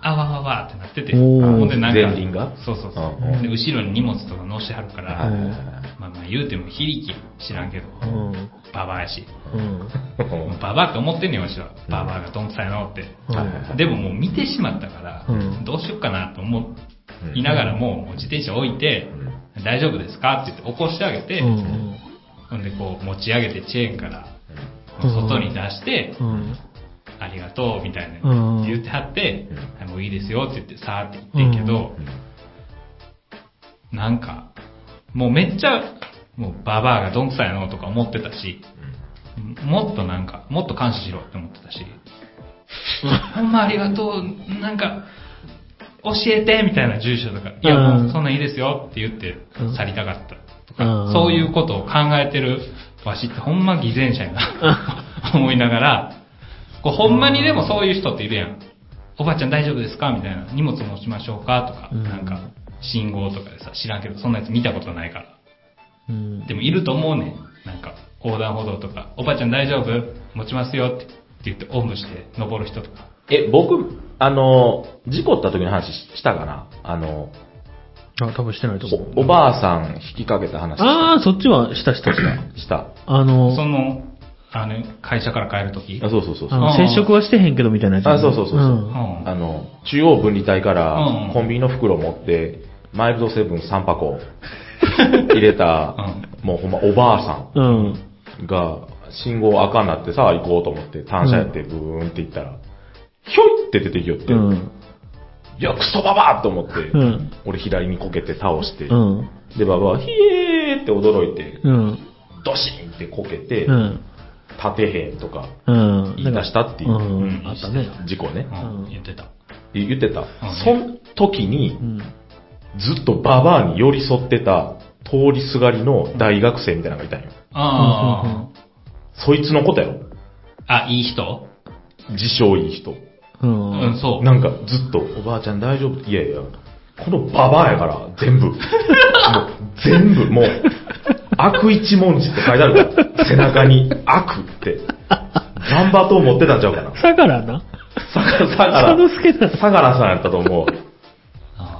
S1: あわわわってなってて、
S2: おー
S1: ほんでなんか、
S3: 前輪が
S1: そうそうそう
S3: うんう。ん
S1: で、後ろに荷物とか乗してはるから、
S2: はい
S1: まあまあ言うても響き知らんけど、
S2: うん。
S1: ババアやし。
S2: うん。
S1: ババアって思ってんねんわしは。ババアがどんくさいのって。でももう見てしまったから、
S2: うん
S1: どうしよっかなと思いながらも、もう自転車置いて、大丈夫ですかって言って起こしてあげて、
S2: うん。
S1: ほんでこう持ち上げてチェーンから
S2: うん
S1: 外に出して、
S2: うん。
S1: ありがとうみたいな
S2: うん
S1: 言ってはって、
S3: う
S1: あもういいですよって言ってさーって言ってんけど、なんか、もうめっちゃ、もうババアがどんくさいのとか思ってたし、もっとなんか、もっと感謝しろって思ってたし、ほんまありがとう、なんか、教えてみたいな住所とか、いや
S2: うん
S1: もうそんなんいいですよって言って
S2: うん
S1: 去りたかったと
S2: うん
S1: か、そういうことを考えてるわしってほんま偽善者や な思いながら、こうほんまにでもそういう人っているやん。おばあちゃん大丈夫ですかみたいな。荷物持ちましょうかとか、
S2: うん
S1: なんか、信号とかでさ、知らんけど、そんなやつ見たことないから。
S2: うん。
S1: でもいると思うねん。なんか、横断歩道とか、おばあちゃん大丈夫持ちますよって言って、おんぶして登る人とか。
S3: え、僕、あの、事故った時の話したかなあの、
S2: あ、多分してないと思う。
S3: おばあさん引きかけた話
S2: ああ、そっちはしたしたした。
S3: した。
S2: あの、
S1: その、あの、会社から帰るとき
S3: あ、そうそうそう
S2: あ
S3: そう。
S1: あ
S2: の
S1: ー
S2: 接触はしてへんけどみたいなやつね。
S3: あそうそうそうそうん
S1: うん
S3: あの、中央分離帯か
S1: うんう
S3: ら
S1: ん
S3: コンビニの袋持って、マイルドセブン3箱入れた、もうほんまおばあ
S2: うん。
S3: さんが、信号赤になってさあ行こうと思って、単車やってブーンって行ったら、ひょいって出てきよって、
S2: うん。
S3: いや、クソババアと思って、
S2: うん
S3: 俺左にこけて倒して、
S2: うん。
S3: で、ババア、ひえーって驚いて、
S2: うん。
S3: ドシーンってこけて、
S2: うん。
S3: 立てへんとか
S2: うん。
S3: 言い出したっていうう、
S2: ん。あったね。
S3: 事故ね。
S1: うん
S2: うん
S1: 言ってた。
S3: 言ってた。そ
S1: うん
S3: 時に、
S2: うん。
S3: ずっとババアに寄り添ってた通りすがりの大学生みたいなのがいたんよ。
S1: あ
S3: そいつのことやろ。
S1: あ。あ、いい人
S3: 自称いい人。
S2: う。
S1: うんん、そう。
S3: なんかずっと、おばあちゃん大丈夫いやいや、このババアやから、全部。もう全部、もう、悪一文字って書いてあるから、背中に悪って。頑張とう持ってたんちゃうかな。
S2: だからな。
S3: さがら、さ
S2: 佐之助だ
S3: 相良さんやったと思う。
S1: あ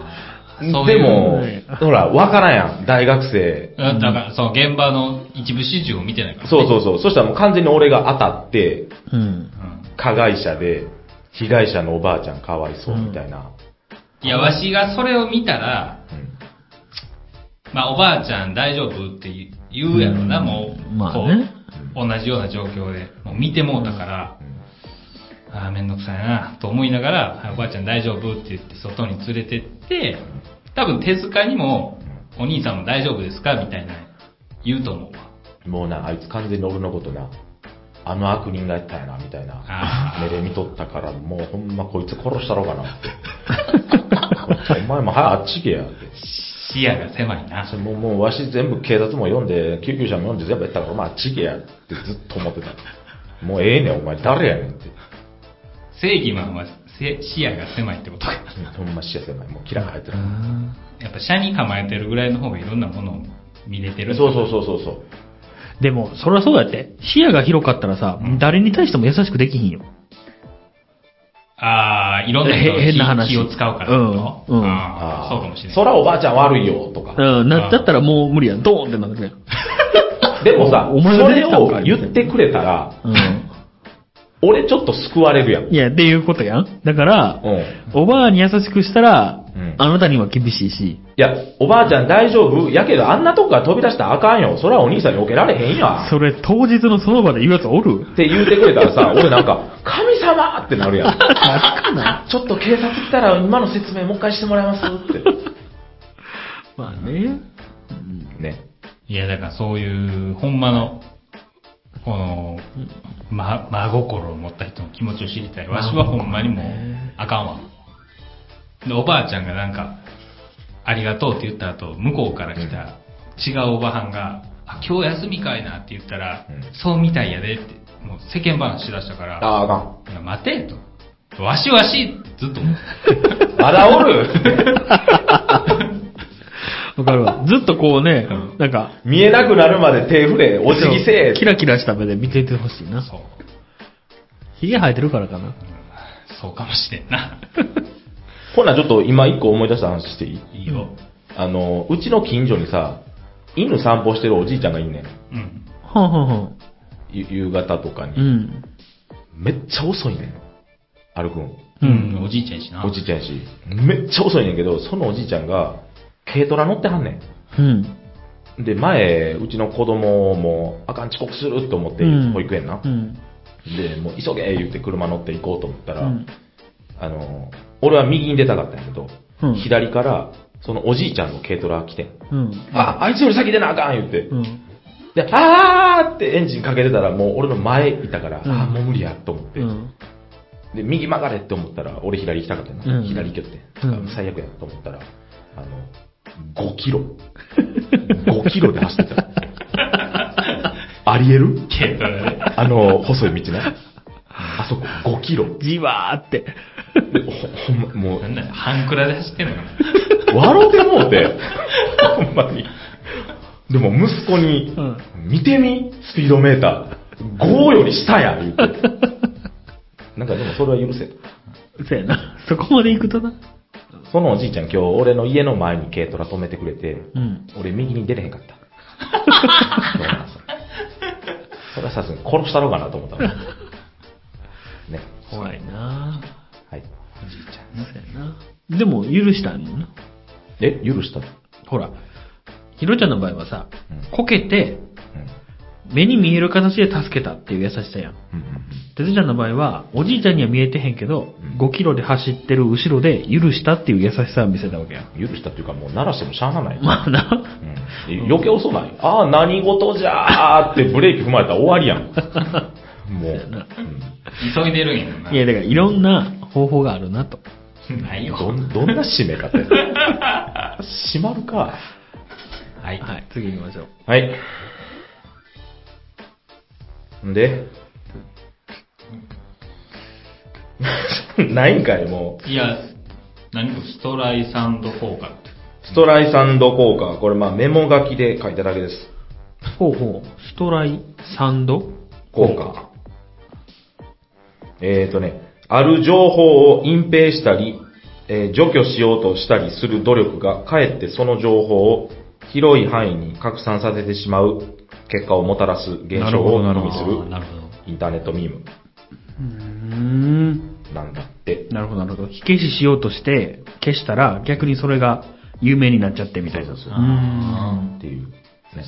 S1: ーそうい
S3: で
S1: う
S3: も
S2: ね、
S3: ほら、わからんやん、大学生。
S1: だだから、その現場の一部始終を見てないから、
S3: そう
S1: う。
S3: そうそう。そしたらもう完全に俺が当たって、
S2: うん。
S1: ん、
S3: 加害者で、被害者のおばあちゃんかわいそうみたいな。
S1: いや、わしがそれを見たら、
S3: うん
S1: まあ、おばあちゃん大丈夫って言うやろな、
S2: うん
S1: もう。
S2: まあね
S1: こう同じような状況で、もう見てもうたから、ああ、めんどくさいな、と思いながら、はいおばあちゃん大丈夫って言って外に連れてって、多分手塚にも、お兄さんも大丈夫ですかみたいな、言うと思うわ。
S3: もうな、あいつ完全に俺のことな、あの悪人がやったんやな、みたいな
S1: あ。ー
S3: 目で見とったから、もうほんまこいつ殺したろうかなって。お前も早あっち行けやって。
S1: 視野が狭いな。
S3: もう、もう、わし全部警察も読んで、救急車も読んで全部やったから、お前あっち行けやってずっと思ってた。もうええねん、お前誰やねんって。
S1: 正義マンはせ視野が狭いってことか。
S3: ほんま視野狭い。もうキラが入ってる。
S1: やっぱ、車に構えてるぐらいの方がいろんなものを見れてる。
S3: そうそうそうそうそう。
S2: でも、そりゃそうやって。視野が広かったらさ、誰に対しても優しくできひんよ。
S1: ああ、いろんな人
S2: へ変な
S1: の
S2: 話
S1: 気気を使うからってこと
S2: うんうん
S1: あーそうかもしれない。
S3: そらおばあちゃん悪いよ、 とか。
S2: うん、な
S1: あー
S2: だったらもう無理やん。ドーンってなってるやん。
S3: でもさ、
S2: お前が
S3: そ
S2: 出て
S3: れ
S2: きたん
S3: を
S2: か
S3: 言ってくれたら、
S2: う
S3: 俺ちょっと救われるやん。
S2: ん。いや、っていうことやん。だから、
S3: うん。い
S2: おばあに優しくしたら、
S3: うん
S2: あなたには厳しいし。
S3: や、おばあちゃん大丈夫やけどあんなとこから飛び出したらあかんよ。そらお兄さんに避けられへんやん。
S2: それ、当日のその場で言うやつおる
S3: って言うてくれたら さ、俺なんか、神様ってなるやん。
S2: かな
S3: ちょっと警察来たら今の説明もう一回してもらえますって。
S2: まあね。うん
S3: ね。
S1: いや、だからそういう、ほんまの、この、ま、真心を持った人の気持ちを知りたい。わしはほんまにもう、あかんわ。で、おばあちゃんがなんか、ありがとうって言った後、向こうから来た違うおばはんが、あ、今日休みかいなって言ったら、
S3: うん
S1: そうみたいやでって、もう世間話しだしたから、
S3: ああか
S1: いや、待てと。わしわしってずっと 思って。
S3: ん。まだ おる
S2: わかるわ。ずっとこうね、なんか、
S3: 見えなくなるまで手触れ、お辞儀せえ。
S2: キラキラした目で見ててほしいな。
S1: そう。
S2: ヒゲ生えてるからかな。
S1: そうかもしれん な。
S3: ほな、ちょっと今一個思い出した話していい
S1: いいよ。
S3: あの、うちの近所にさ、犬散歩してるおじいちゃんがいんねん。
S1: うん。
S2: ほんほんほん。
S3: ゆ夕方とかに。
S2: うん。
S3: めっちゃ遅いねん。歩くん。
S1: うん、おじいちゃんやしな。
S3: おじいちゃんやし。めっちゃ遅いねんけど、そのおじいちゃんが、軽トラ乗ってはんねん。
S2: うん。
S3: で、前、うちの子供も、あかん遅刻すると思って
S2: うん、
S3: 保育園な
S2: う。ん。
S3: で、もう急げ言って車乗って行こうと思った
S2: う
S3: ら、
S2: ん。
S3: あの、俺は右に出たかったんやけど、
S2: うん
S3: 左から、そのおじいちゃんの軽トラ来てん。
S2: うん。
S3: あ、あいつより先出なあかん言って。
S2: うん。
S3: で、あーってエンジンかけてたら、もう俺の前いたから、
S2: うん
S3: あーもう無理やと思って。
S2: うん。
S3: で、右曲がれって思ったら、俺左行きたかったな。
S2: うん
S3: 左行けって。
S2: うん
S3: 最悪やと思ったら、あの、5キロ。5キロで走ってた。ありえる
S1: 軽トラで。
S3: あの、細い道ね。あそこ5キロ。
S2: じわーって。
S3: でほ、ほんま、もう
S1: な、んだよ、半クラで走ってんの かな。
S3: 笑うてもうて、ほんまに。でも息子に、
S2: うん
S3: 見てみ、スピードメーター。5より下や、言うて。なんかでもそれは許せ。
S2: そやな。そこまで行くとな。
S3: そのおじいちゃん今日俺の家の前に軽トラ止めてくれて、
S2: うん。
S3: 俺右に出れへんかった。 そうなんですよそれはさすがに殺したろうかなと思ったもんね。
S2: 怖いな
S3: はい。
S1: おじいちゃん。
S2: そやな。でも、許したんもんな。
S3: え、許した
S2: ほら、ひろちゃんの場合はさ
S3: うん、
S2: こけて、目に見える形で助けたっていう優しさやん。
S3: うん。うん
S2: てつちゃんの場合は、おじいちゃんには見えてへんけど、
S3: うん
S2: 5キロで走ってる後ろで許したっていう優しさを見せたわけやん。
S3: 許したっていうかもう鳴らしてもしゃあがない。
S2: まあな。
S3: うん、余計遅ない。ああ、何事じゃーってブレーキ踏まれたら終わりや ん。もう。
S2: そうやな
S1: 急いでるんやろな。
S2: いや、だからいろんな方法があるなと。
S1: ないよ。
S3: うんどん、どんな締め方や。閉まるか。
S1: はい。
S2: はい、次行きましょう。
S3: はい。んで ないんかい、もう。
S1: いや、何かストライサンド効果って。
S3: ストライサンド効果。これ、まあ、メモ書きで書いただけです。
S2: ほうほう、ストライサンド
S3: 効果。えーとね、ある情報を隠蔽したり、えー除去しようとしたりする努力が、かえってその情報を広い範囲に拡散させてしまう結果をもたらす現象を意味す
S1: あー
S3: る
S1: なるほど。
S3: インターネットミーム
S2: うーん。
S3: なんだって。
S2: なるほど、なるほど。火消ししようとして、消したら逆にそれが有名になっちゃってみたいな。
S3: そうそう
S2: ー。
S3: そうんっていう、ね、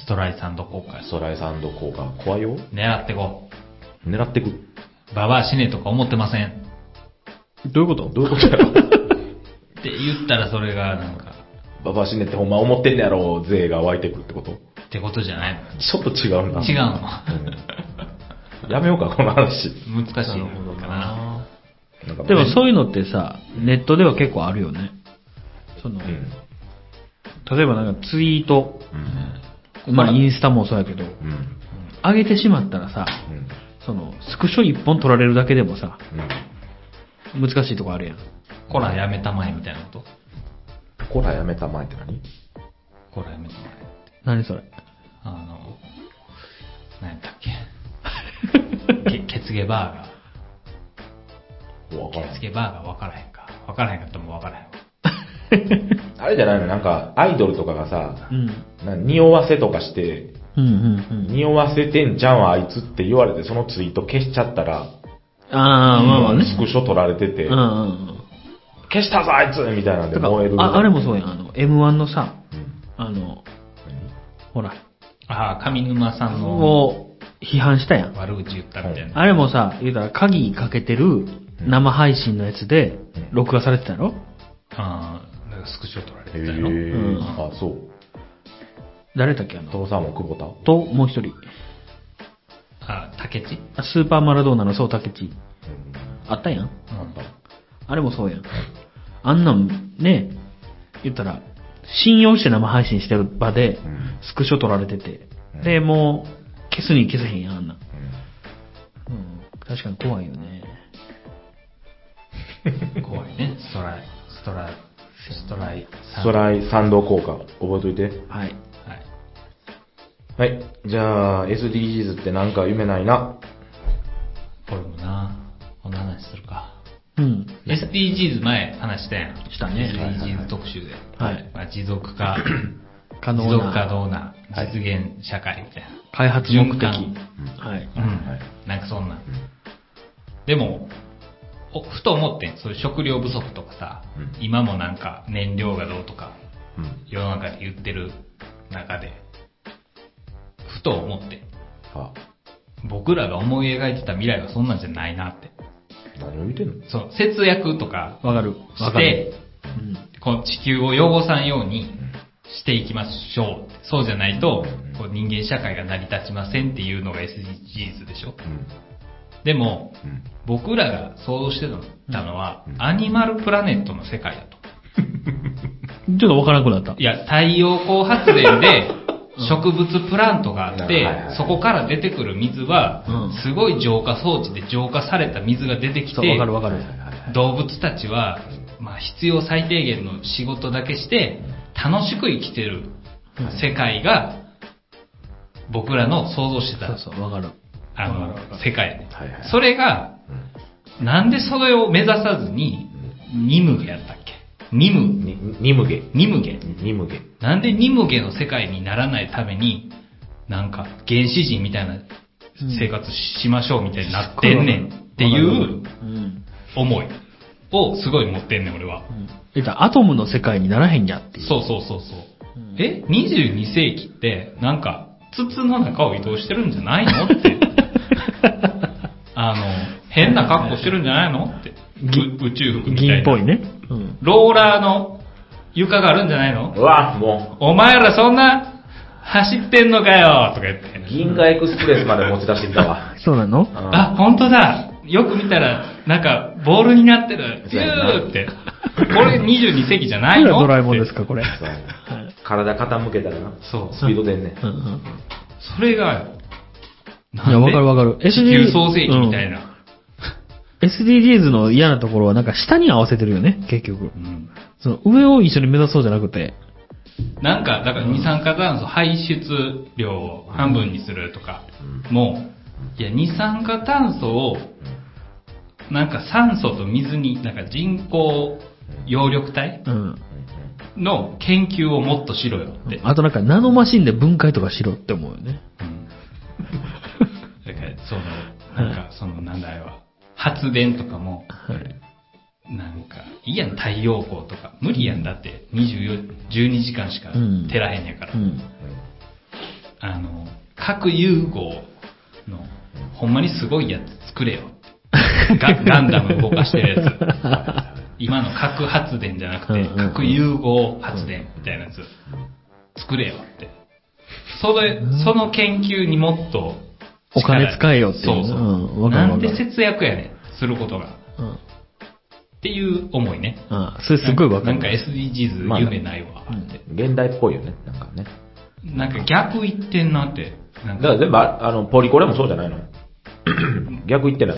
S1: ストライサンド効果や
S3: ストライサンド効果、怖いよ。
S1: 狙ってこ
S3: 狙ってく。
S1: う。ババア死ねとか思ってません。っ
S2: どういうこと
S3: どういうことやろ
S1: て言ったらそれが、なんか、
S3: ババア死ねってほんま思ってんねやろ、税が湧いてくるってこと
S1: ってことじゃない
S3: ちょっと違うな。
S1: の。違うの。
S3: やめようか、この話。
S1: 難しい
S2: なるほど
S1: のかな。
S2: な。
S3: なんか
S2: でもそういうのってさ、ネットでは結構あるよね。その、
S3: うん。
S2: 例えばなんかツイート、
S3: うん。
S2: まあインスタもそうやけど、
S3: うん。
S2: 上げてしまったらさ、
S3: うん。
S2: その、スクショ一本取られるだけでもさ、
S3: うん。
S2: 難しいとこあるやん。
S1: コラやめたまえみたいなこと。
S3: コラやめたまえって何
S1: コラやめたまえ。
S2: 何それ
S1: あの、何やったっ けけケツゲバーガー。
S3: わから
S1: ケ
S3: ん
S1: ツゲバーガー分からへんか。分からへんかったらもう分からへんわ。
S3: あれじゃないのなんか、アイドルとかがさ
S2: う、ん。
S3: な匂わせとかして、
S2: うんうん
S3: 匂わせてんじゃんあいつって言われて、そのツイート消しちゃったら、
S2: うん。ああ、まあまあね。
S3: スクショ取られてて、
S2: うんうん
S3: 消したぞあいつみたいなん
S2: うん。
S3: で
S2: とか
S3: 燃えるみたいな。
S2: あ、あれもそうやん。あの、M1 のさ、
S3: うん。
S2: あの、ほら、
S1: ああ、上沼さんの
S2: を批判したやん。
S1: 悪口言ったみたいな。
S2: あれもさ、言うたら鍵かけてる生配信のやつで、録画されてたやろ
S1: ああ、なんかスクショ取られてた
S3: 何へ
S1: よ。
S3: え、
S2: うん
S3: あ、そう。
S2: 誰だっけあの、
S3: 父さんも久保田
S2: と、もう一人。
S1: ああ、竹地
S2: あスーパーマラドーナのそうたけち。あったや
S1: う
S2: ん。
S1: ん。
S2: あれもそうやん。あんなん、ね、言ったら、信用して生配信してる場で、
S3: うん
S2: スクショ取られてて
S3: うん。
S2: で、もう、消すに消せへんやん、あんなん。うん。確かに怖いよね。
S1: 怖いね。ストライ、ストライ、ストライさん。
S3: ストライ賛同効果、覚えといて。
S2: はい。
S1: はい。
S3: はい。じゃあ、SDGs ってなんか夢ないな。
S1: これもな、こんな話するか。
S2: うん。
S1: SDGs 前話したやん。
S2: したねはいはいは
S1: SDGs 特集で。
S2: はい
S1: まあ、持続 化、
S2: 可
S1: 持
S2: 能
S1: 続可
S2: な
S1: 能な実現社会みたいな。
S2: 開発目
S1: 循
S2: 的。
S1: 環
S2: はい。
S3: はい
S1: うん。なんかそんなん。でも、おふと思ってん。そういう食料不足とかさ、
S3: うん
S1: 今もなんか燃料がどうとか、
S3: うん。
S1: 世の中で言ってる中で、ふと思ってん。
S3: あ、
S1: 僕らが思い描いてた未来はそんなんじゃないなって。
S3: 何を言ってんの
S1: そう、節約とか
S2: わかる。わ
S1: し
S2: かる。
S1: て、
S2: うん。
S1: この地球を汚さんようにしていきましょう。そうじゃないと、こう人間社会が成り立ちませんっていうのが SDGs でしょ。
S3: うん。
S1: でも、
S3: うん。
S1: 僕らが想像してたのは、アニマルプラネットの世界だと。
S2: ちょっとわからなくなった
S1: い。や、太陽光発 電で、植物プラントがあっ
S3: はい
S1: て
S3: はいはい、
S1: そこから出てくる水は
S2: うん、
S1: すごい浄化装置で浄化された水が出てき
S2: そう、わ
S1: て
S2: か、るわかる。
S1: 動物たちは、まあ、必要最低限の仕事だけして楽しく生きてる世界が僕らの想像してた、
S2: そうそう、わかる。
S1: あの世界、
S3: はいはい
S1: それがなんでそれを目指さずにニムゲやったっけニム
S3: に、にむげ。
S1: ニムゲ
S3: にむげ。
S1: なんでニムゲの世界にならないためになんか原始人みたいな生活しましょうみたいになってんねんっていう
S2: うん。
S1: 思いをすごい持ってんねん俺は。
S2: えっと、アトムの世界にならへん やっていう。
S1: そうそうそうそう。
S2: うん
S1: え ?22 世紀って、なんか、筒の中を移動してるんじゃないの って。あの、変な格好してるんじゃないのって。う宇宙服みたいな。
S2: 銀っぽいね。うん。
S1: ローラーの床があるんじゃないの
S3: うわ、も
S1: お前らそんな、走ってんのかよとか言って。
S3: う、銀河エクスプレスまで持ち出してきたわ。
S2: そうなの
S3: うん
S1: あ、本当だよく見たら、なんか、ボールになってる。ビ
S3: そうやな
S1: ューって。これ22世紀じゃない
S2: 何
S1: の
S2: がドラえもんです
S1: っ
S2: か、これ。
S3: そう
S2: はい
S3: 体傾けたらな
S1: て。そう。
S3: スピード出んねん
S2: うんうん。
S1: それが、なん
S2: い
S1: で
S2: や、わかるわかる。
S1: 地球創世紀みたいな。
S2: SDGs の嫌なところは、なんか下に合わせてるよね、結局。
S1: うん
S2: その上を一緒に目指そうじゃなくて。
S1: なんか、だから二酸化炭素排出量を半分にするとか、もう、いや、二酸化炭素を、なんか酸素と水に、なんか人工葉緑体
S2: うん。
S1: の研究をもっとしろよって。
S2: あとなんかナノマシンで分解とかしろって思うよね。
S1: うんだから、その、なんか、その、なんだあれは、発電とかも、なんか、いいやん、太陽光とか。無理やんだって、24 12時間しか
S2: うん
S1: 照らへんやから。
S2: うん。
S1: あの、核融合の、ほんまにすごいやつ作 れよ。ガガンダム動かしてるやつ。今の核発電じゃなく
S2: うん
S1: て
S2: うん、うん
S1: 核融合発電みたいなやつ、作れよって。それ、その研究にもっと
S2: お
S1: 力、
S2: 金使えよっていう
S1: そうそう。
S2: うんわかるわ
S1: な
S2: か
S1: ん
S2: る
S1: で節約やねん、することが。
S2: うん。
S1: っていう思いね。
S2: あそれすごいわか
S1: なん
S2: る。
S1: か SDGs 夢ないわって。
S3: 現代っぽいよね、なんかね。
S1: なんか逆言ってんなって。な
S3: だ
S1: ん
S3: か
S1: から
S3: 全部あ、あの、ポリコレもそうじゃないの 逆言ってない。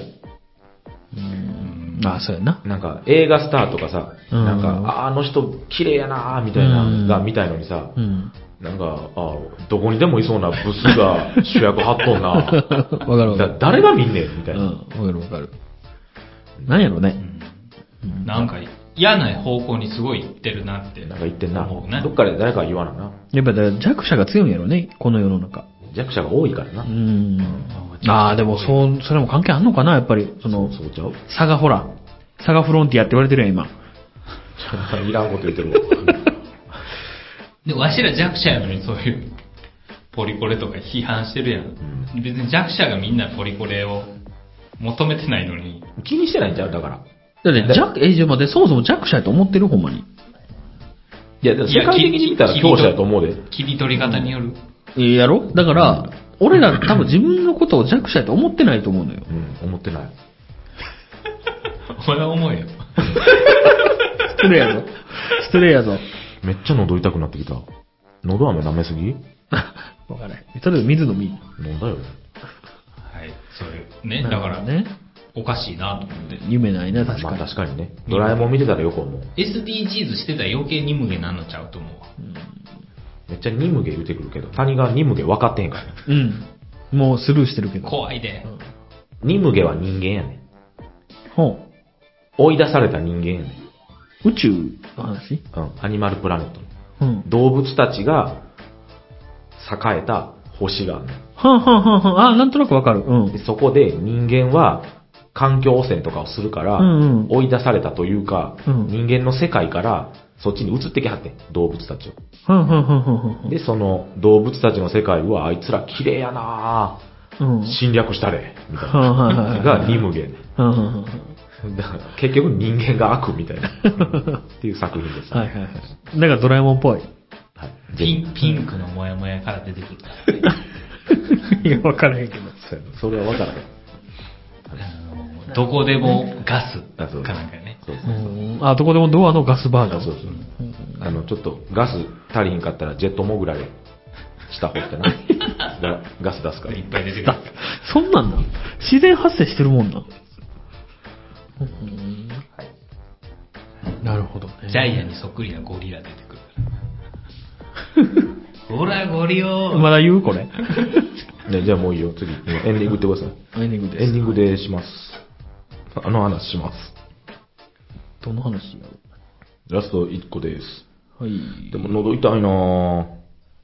S2: あそうやな。
S3: なんか、映画スターとかさ、
S2: うん
S3: なんか、ああの人、綺麗やなーみたいな、
S2: うん
S3: が、みたいのにさ
S2: う、ん。
S3: なんか、あどこにでもいそうなブス が主役張っとんな。
S2: わかるわかる
S3: だ。誰が見んねんみた
S2: う
S3: い
S2: ん、
S3: な。
S2: わかるわかる。なんやろね。
S1: うんなんか嫌な方向にすごい行ってるなって。
S3: なんか言ってんな。
S1: 思うね
S3: どっかで誰か言わなな。
S2: やっぱだから弱者が強いんやろね、この世の中。
S3: 弱者が多いからな。
S2: うん。ああ、でもそう、それも関係あんのかな、やっぱり。その、
S3: そうちゃう
S2: 佐賀ほら、佐賀フロンティアって言われてるやん、今。
S3: いらんこと言ってる わ。
S1: で、わしら弱者やのにそういう、ポリコレとか批判してるやん。別に弱者がみんなポリコレを求めてないのに、
S3: 気にしてないんちゃうだから。
S2: だって弱、え、じゃあ待って、そもそも弱者やと思ってるほんまに。
S3: いや、でも世界的に見たら強者やと思うで。
S1: 切り取り方によ る。
S2: え、やろだから、俺ら多分自分のことを弱者やと思ってないと思うのよ。
S3: うん、思ってない。
S1: お前は思うよ。
S2: 失礼やぞ。失礼やぞ。
S3: めっちゃ喉痛くなってきた。喉飴舐めすぎ
S2: わからない。とりあえず水飲み。
S3: 飲んだよ。
S1: はい、そういう。ね、だから、
S2: ね。
S1: おかしいなと思って。
S2: 夢ないな、確
S3: ま
S2: か
S3: あ
S2: に。
S3: 確かにね。ドラえもん見てたらよく思う。
S1: SDGs してたら余計に無下なんのちゃうと思うわ。
S3: めっちゃニムゲ言うてくるけど、谷川ニムゲ分かってへんから。
S2: うん。もうスルーしてるけど。
S1: 怖いで。
S3: ニムゲは人間やねん。
S2: ほ
S3: 追い出された人間やねん。
S2: う。宇宙の話
S3: うん、アニマルプラネット。
S2: うん。
S3: 動物たちが栄えた星がある
S2: はんはんはんはん。あー、なんとなくわかる。う
S3: の
S2: ん。
S3: でそこで人間は環境汚染とかをするから、
S2: うんうん
S3: 追い出されたというか、
S2: うん
S3: 人間の世界からそっちに移ってきはってん、動物たちを。
S2: はんはんはんはんはん。
S3: で、その動物たちの世界は、あいつら綺麗やな
S2: うん。
S3: ぁ、侵略したれ、みたい
S2: はんはんはんは
S3: な。
S2: ん。
S3: が、リムゲ。
S2: はんはんはんはん。
S3: だから結局人間が悪みたいな、っていう作品です、
S2: はいはいはい。なんかドラえもんっぽい。
S3: はい
S1: ピンピンクのモヤモヤから出てくるからね。
S2: いや、わからへんけど。
S3: そうやなそれは分からへん。
S1: あのどこでもガス
S3: あそう
S1: かなんかね。
S3: そうそう
S2: うん。あ、どこでもドアのガスバーガ
S3: あ
S2: ー。
S3: そうそう。あの、ちょっとガス足りひんかったらジェットモグラでした方っ てな。ガガス出すから
S1: い。っぱい出てく
S2: だ
S1: る。
S2: そんなんなん自然発生してるもんなん。うんなるほどね。
S1: ジャイアンにそっくりなゴリラ出てくるから。ほら、ゴリオ
S2: まだ言うこれ。
S3: ね、じゃあもういいよ、次。エンディングってください。
S2: エンディングで
S3: エン
S2: す
S3: デ。ィングでします。あの話します。
S2: どの話やろ
S3: ラスト1個です。
S2: うはい。
S3: でも喉痛いなぁ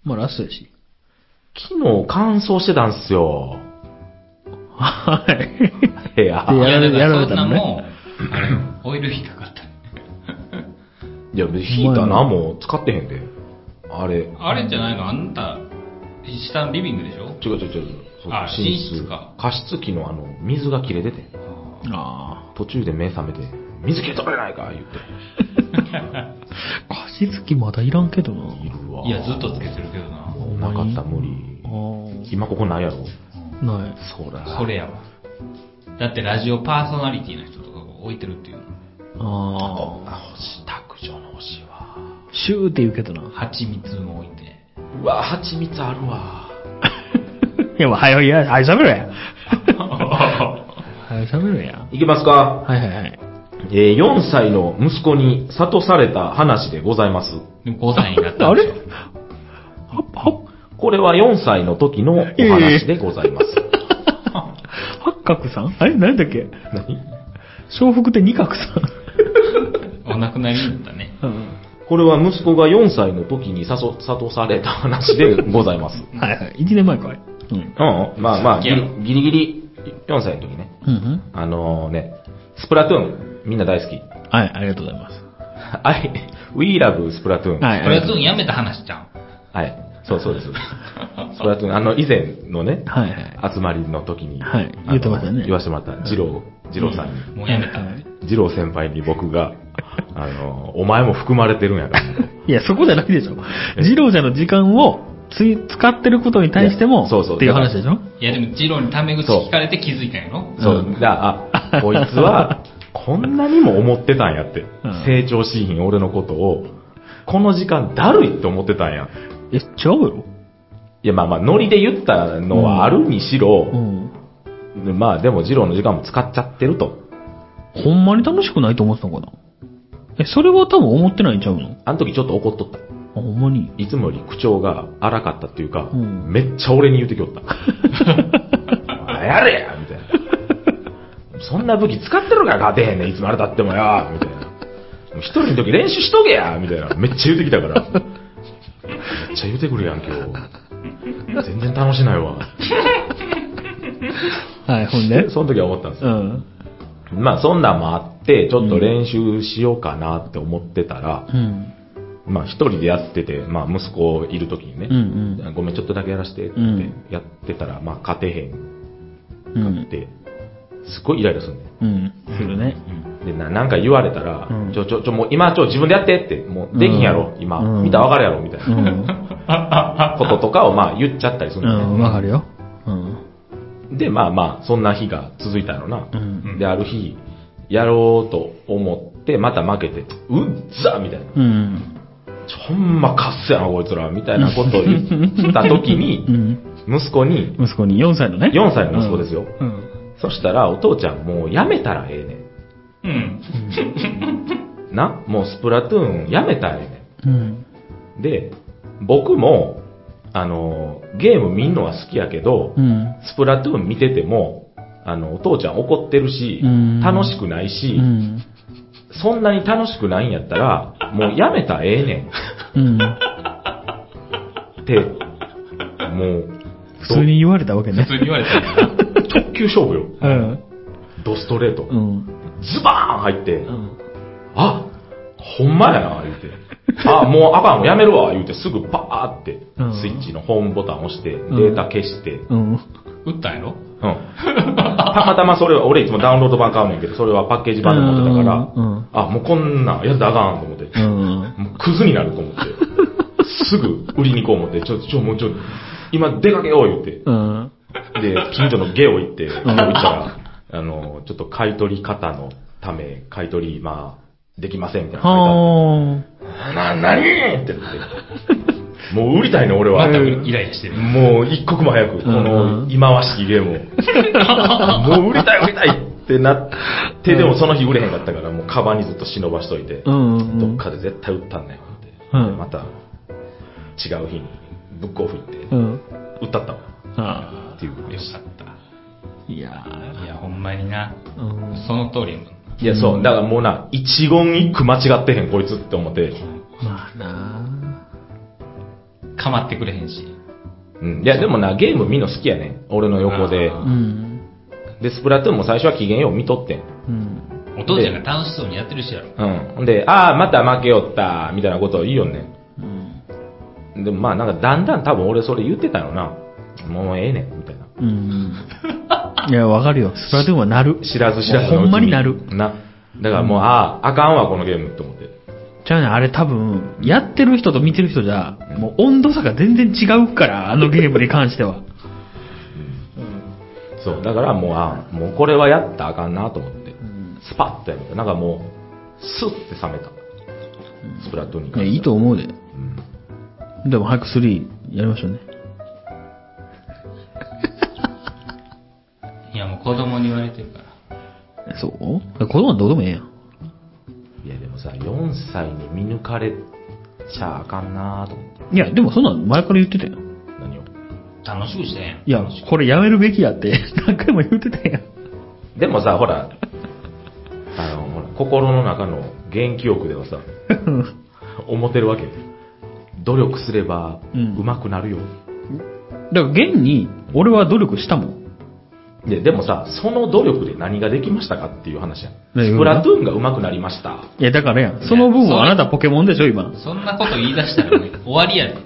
S2: まあラストやし。
S3: 昨日乾燥してたんすよ。
S2: はい。
S3: 部屋。
S2: 部屋やられ
S1: いだからそんな
S2: やられた
S1: もん、あれオイル引っかかった。
S3: いや、別にヒーターな、もう使ってへんで。あれ。違う
S1: あれじゃないのあんた、下のリビングでしょ
S3: 違う違う違う。そう
S1: あ寝室か
S3: 加湿器のあの、水が切れてて。
S2: あ
S3: 途中で目覚めて、水切れ取れないか言って。
S2: あ。加湿器まだいらんけどな。
S3: いるわ。
S1: いや、ずっとつけてるけどな。
S3: なかった、無理。
S2: あ
S3: 今ここないやろ。
S2: あ。ない。
S3: そうだ
S1: それやわ。だってラジオパーソナリティの人とかが置いてるっていうの。
S2: ああ。
S3: あ、星、卓上の星は。
S2: シューって言うけどな。
S1: 蜂蜜も置いて。
S3: うわ、蜂蜜あるわ。
S2: いや、もう、はよ、いや、はよ喋れや。はよ喋れや。
S3: いけますか
S2: はいはいはい。
S3: えー、4歳の息子に諭された話でございます。
S1: でも5歳になった
S2: あ
S1: んでし
S2: れ
S1: ょ。
S2: はっ、はっ、
S3: これは4歳の時のお話でございます。
S2: 八角さんあれ何だっけ
S3: 何
S2: 笑福って二角さん。
S1: お亡くなりになった ね。
S3: これは息子が4歳の時に諭諭された話でございます。
S2: はいはい。一年前かい。うん。
S3: うん、まあまあ、
S1: い
S3: ギ
S1: や
S3: リギリギリ4歳の時ね。
S2: うんうん。
S3: あのね、スプラトゥーン、みんな大好き。
S2: はい、ありがとうございます。
S3: I, we love スプラトゥーン。
S2: は
S1: プ
S2: い。
S1: ラトゥーンやめた話じゃん。
S3: はい。そう そうです。スプラトゥーン、あの、以前のね、
S2: はいはい。
S3: 集まりの時に、
S2: はい
S3: あ
S2: 言
S3: の
S2: ってましたね
S3: 言わせてもらった、二郎、二郎さんに、
S1: もうやめた。
S2: はい
S3: 二郎先輩に 僕が、あの、お前も含まれてるんやから。
S2: いや、そこじゃないでしょ。二郎ちゃんの時間をつい使ってることに対して
S3: い
S2: も、
S3: やそうそう
S2: っていう話でしょ
S1: いやでも、ジローにタメ口聞かれて気づいたんやろ
S3: そう、だ あ、こいつは、こんなにも思ってたんやって
S2: うん。
S3: 成長しひん俺のことを、この時間だるいって思ってたんや。
S2: え、違うよ。
S3: いや、まあまあ、ノリで言ったのはあるにしろ
S2: う、ん。
S3: でまあでも二郎の時間も使っちゃってると。
S2: ほんまに楽しくないと思ってたのかなえ、それは多分思ってないんちゃうの
S3: あの時ちょっと怒っとった。
S2: あほんまに。
S3: いつもより口調が荒かったっていうか、
S2: うん
S3: めっちゃ俺に言うてきよった。あやれやみたいな。そんな武器使ってるから勝てへんねん、いつまでたってもよみたいな。もう一人の時練習しとけやみたいな。めっちゃ言うてきたから。めっちゃ言うてくるやん、今日。全然楽しないわ。
S2: はい、ほんで。
S3: その時は思ったんです
S2: う
S3: よ。
S2: ん。
S3: まあそんなんもあって、ちょっと練習しようかなって思ってたら、
S2: うん。
S3: まあ一人でやってて、まあ息子いる時にね、
S2: うん
S3: ごめんちょっとだけやらせてって
S2: うん
S3: やってたら、まあ勝てへん
S2: うん。う
S3: っ
S2: ん。
S3: て、すっごいイライラするね
S2: うん。するね。
S3: ん。で、ななんか言われたら、
S2: うん
S3: ちょちょちょ、もう今ちょ自分でやってって、もうできんやろ、
S2: うん
S3: 今、
S2: うん。
S3: 見たらわかるやろ、みたいうなんこととかをまあ言っちゃったりする
S2: う
S3: の
S2: ん、
S3: ね
S2: わかるよ。うん。
S3: で、まあまあ、そんな日が続いたのな。
S2: うん。
S3: で、ある日、やろうと思って、また負けて、うんざみたいな。
S2: うん。
S3: ちょほんまカスやな、こいつら、みたいなことを言った時に
S2: う、ん。
S3: 息子に、
S2: 息子に4歳のね。
S3: 4歳の息子ですよ。
S2: うん。
S3: そしたら、お父ちゃんもうやめたらええね
S1: うん。
S3: ん。な、もうスプラトゥーンやめたらええね
S2: うん。
S3: ん。で、僕も、あの、ゲーム見んのは好きやけど、
S2: うん。
S3: スプラトゥーン見てても、あの、お父ちゃん怒ってるし
S2: うん、
S3: 楽しくないうし、
S2: ん。
S3: そんなに楽しくないんやったら、もうやめたらええね
S2: うん。
S3: んって、もう、
S2: 普通に言われたわけ
S1: 普
S2: ね。
S1: 通に言われたら
S3: 特急勝負よ。
S2: うん。
S3: ドストレート
S2: う。ん。
S3: ズバーン入って
S2: う、ん。
S3: あほんまやな、言うて。あ、もうあかん、もうやめるわ、言うて、すぐバーって
S2: うん、
S3: スイッチのホームボタン押して、デ
S2: ん
S3: ータ消して、うん。
S2: うん。
S1: 打ったんやろ
S3: たまたまそれは、俺いつもダウンロード版買うねんけど、それはパッケージ版で持ってたから、
S2: うん。
S3: あ、もうこんなんやつあかんと思って、
S2: うん。
S3: もうクズになると思って、すぐ売りに行こう思って、ちょ、ちょ、もうちょ、今出かけよう言うて、
S2: うん。
S3: で、近所のゲオ行って、ゲオ行ったら、あの、ちょっと買い取り方のため、買い取り、まあ、できませんみたいなの書いてあって
S2: は
S3: な、なにって言って。もう売りたいの俺は
S1: ま。たイライラしてる。
S3: もう一刻も早く、こ
S2: う
S3: の
S2: ん
S3: 忌まわしきゲ ームを。もう売りたい売りたいってなって、でもその日売れへんかったから、もうカバンにずっと忍ばしといて、
S2: あ。う
S3: ど
S2: ん。
S3: っかで絶対売ったんだよって。
S2: うん
S3: また、違う日に、ブックオフ行って、
S2: うん。
S3: 売ったったわ。
S2: あ
S3: っていう。
S1: よかっ
S2: あ。いや
S1: た。いや、ほんまにな。
S2: ー。うん。
S1: その通りやもん。
S3: いや、そう。だからもうな、一言一句間違ってへん、こいつって思って。
S2: まあな
S1: かまってくれへんし。
S3: うん。いや、でもな、ゲーム見んの好きやねん。俺の横で。
S1: あ
S2: ー。うん。
S3: で、スプラトゥーンも最初は機嫌よう見とってん。
S2: うん。
S1: お父ちゃんが楽しそうにやってるしやろ。
S3: うん。ほんで、ああ、また負けよった、みたいなことを言いよんね
S2: うん。
S3: ん。でもまあ、なんかだんだん多分俺それ言ってたよな。もうええねん、みたいな。
S2: うん。いや、わかるよ。スプラトゥーンはなる。
S3: 知らず知らずのうち
S2: ほんまになる。
S3: な。だからもう、ああ、あかんわ、このゲームって思って。
S2: じゃあね、あれ多分、やってる人と見てる人じゃ、もう温度差が全然違うから、あのゲームに関しては。
S3: そう。だからもう、ああ、もうこれはやったらあかんなと思って。スパッとやめた。なんかもう、スッて冷めた。スプラトゥーンに
S2: いや、
S3: 関してはい
S2: いと思うで。
S3: うん
S2: でも、早く3やりましょうね。
S1: いや、もう子供に言われてるから。
S2: そう子供はどうでもええやん。
S3: いや、でもさ、4歳に見抜かれちゃあかんなと思って。
S2: いや、でもそんなん前から言ってたよ。
S3: 何を。
S1: 楽しくしてん。
S2: いや、これやめるべきやって、 何回も言ってた やん。
S3: でもさ、ほら、あの、ほら、心の中の元気欲ではさ、思ってるわけよ。努力すれば、
S2: う
S3: うんまくなるよ。
S2: だから、現に、俺は努力したもん。
S3: で、でもさ、その努力で何ができましたかっていう話やん。
S2: ね
S3: スプラトゥーンが上手くなりました。
S2: いや、だからやん。その分はあなたポケモンでしょ、今。
S1: そんなこと言い出したらね、終わりやで。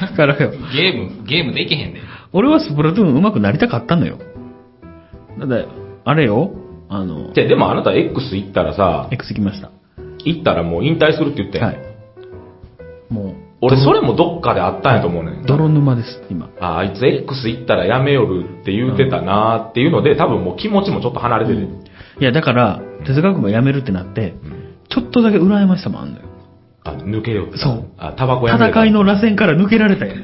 S2: だからよ。
S1: ゲーム、ゲームできへんで。
S2: 俺はスプラトゥーン上手くなりたかったのよ。だって、あれよ、あの、
S3: で、でもあなた X 行ったらさ、
S2: X 行きました。
S3: 行ったらもう引退するって言ってん。
S2: はい。も
S3: 俺、それもどっかであったんやと思うね
S2: う、
S3: ん。
S2: 泥沼です、今。
S3: ああいつ X 行ったらやめよるって言うてたなーっていうので、多分もう気持ちもちょっと離れてる。
S2: いや、だから、哲学部辞めるってなって、ちょっとだけ羨ましさもあんのよ。
S3: あ、抜けよって。
S2: そう
S3: あ、タバコやめれた
S2: 戦い。の螺旋から抜けられ たやん。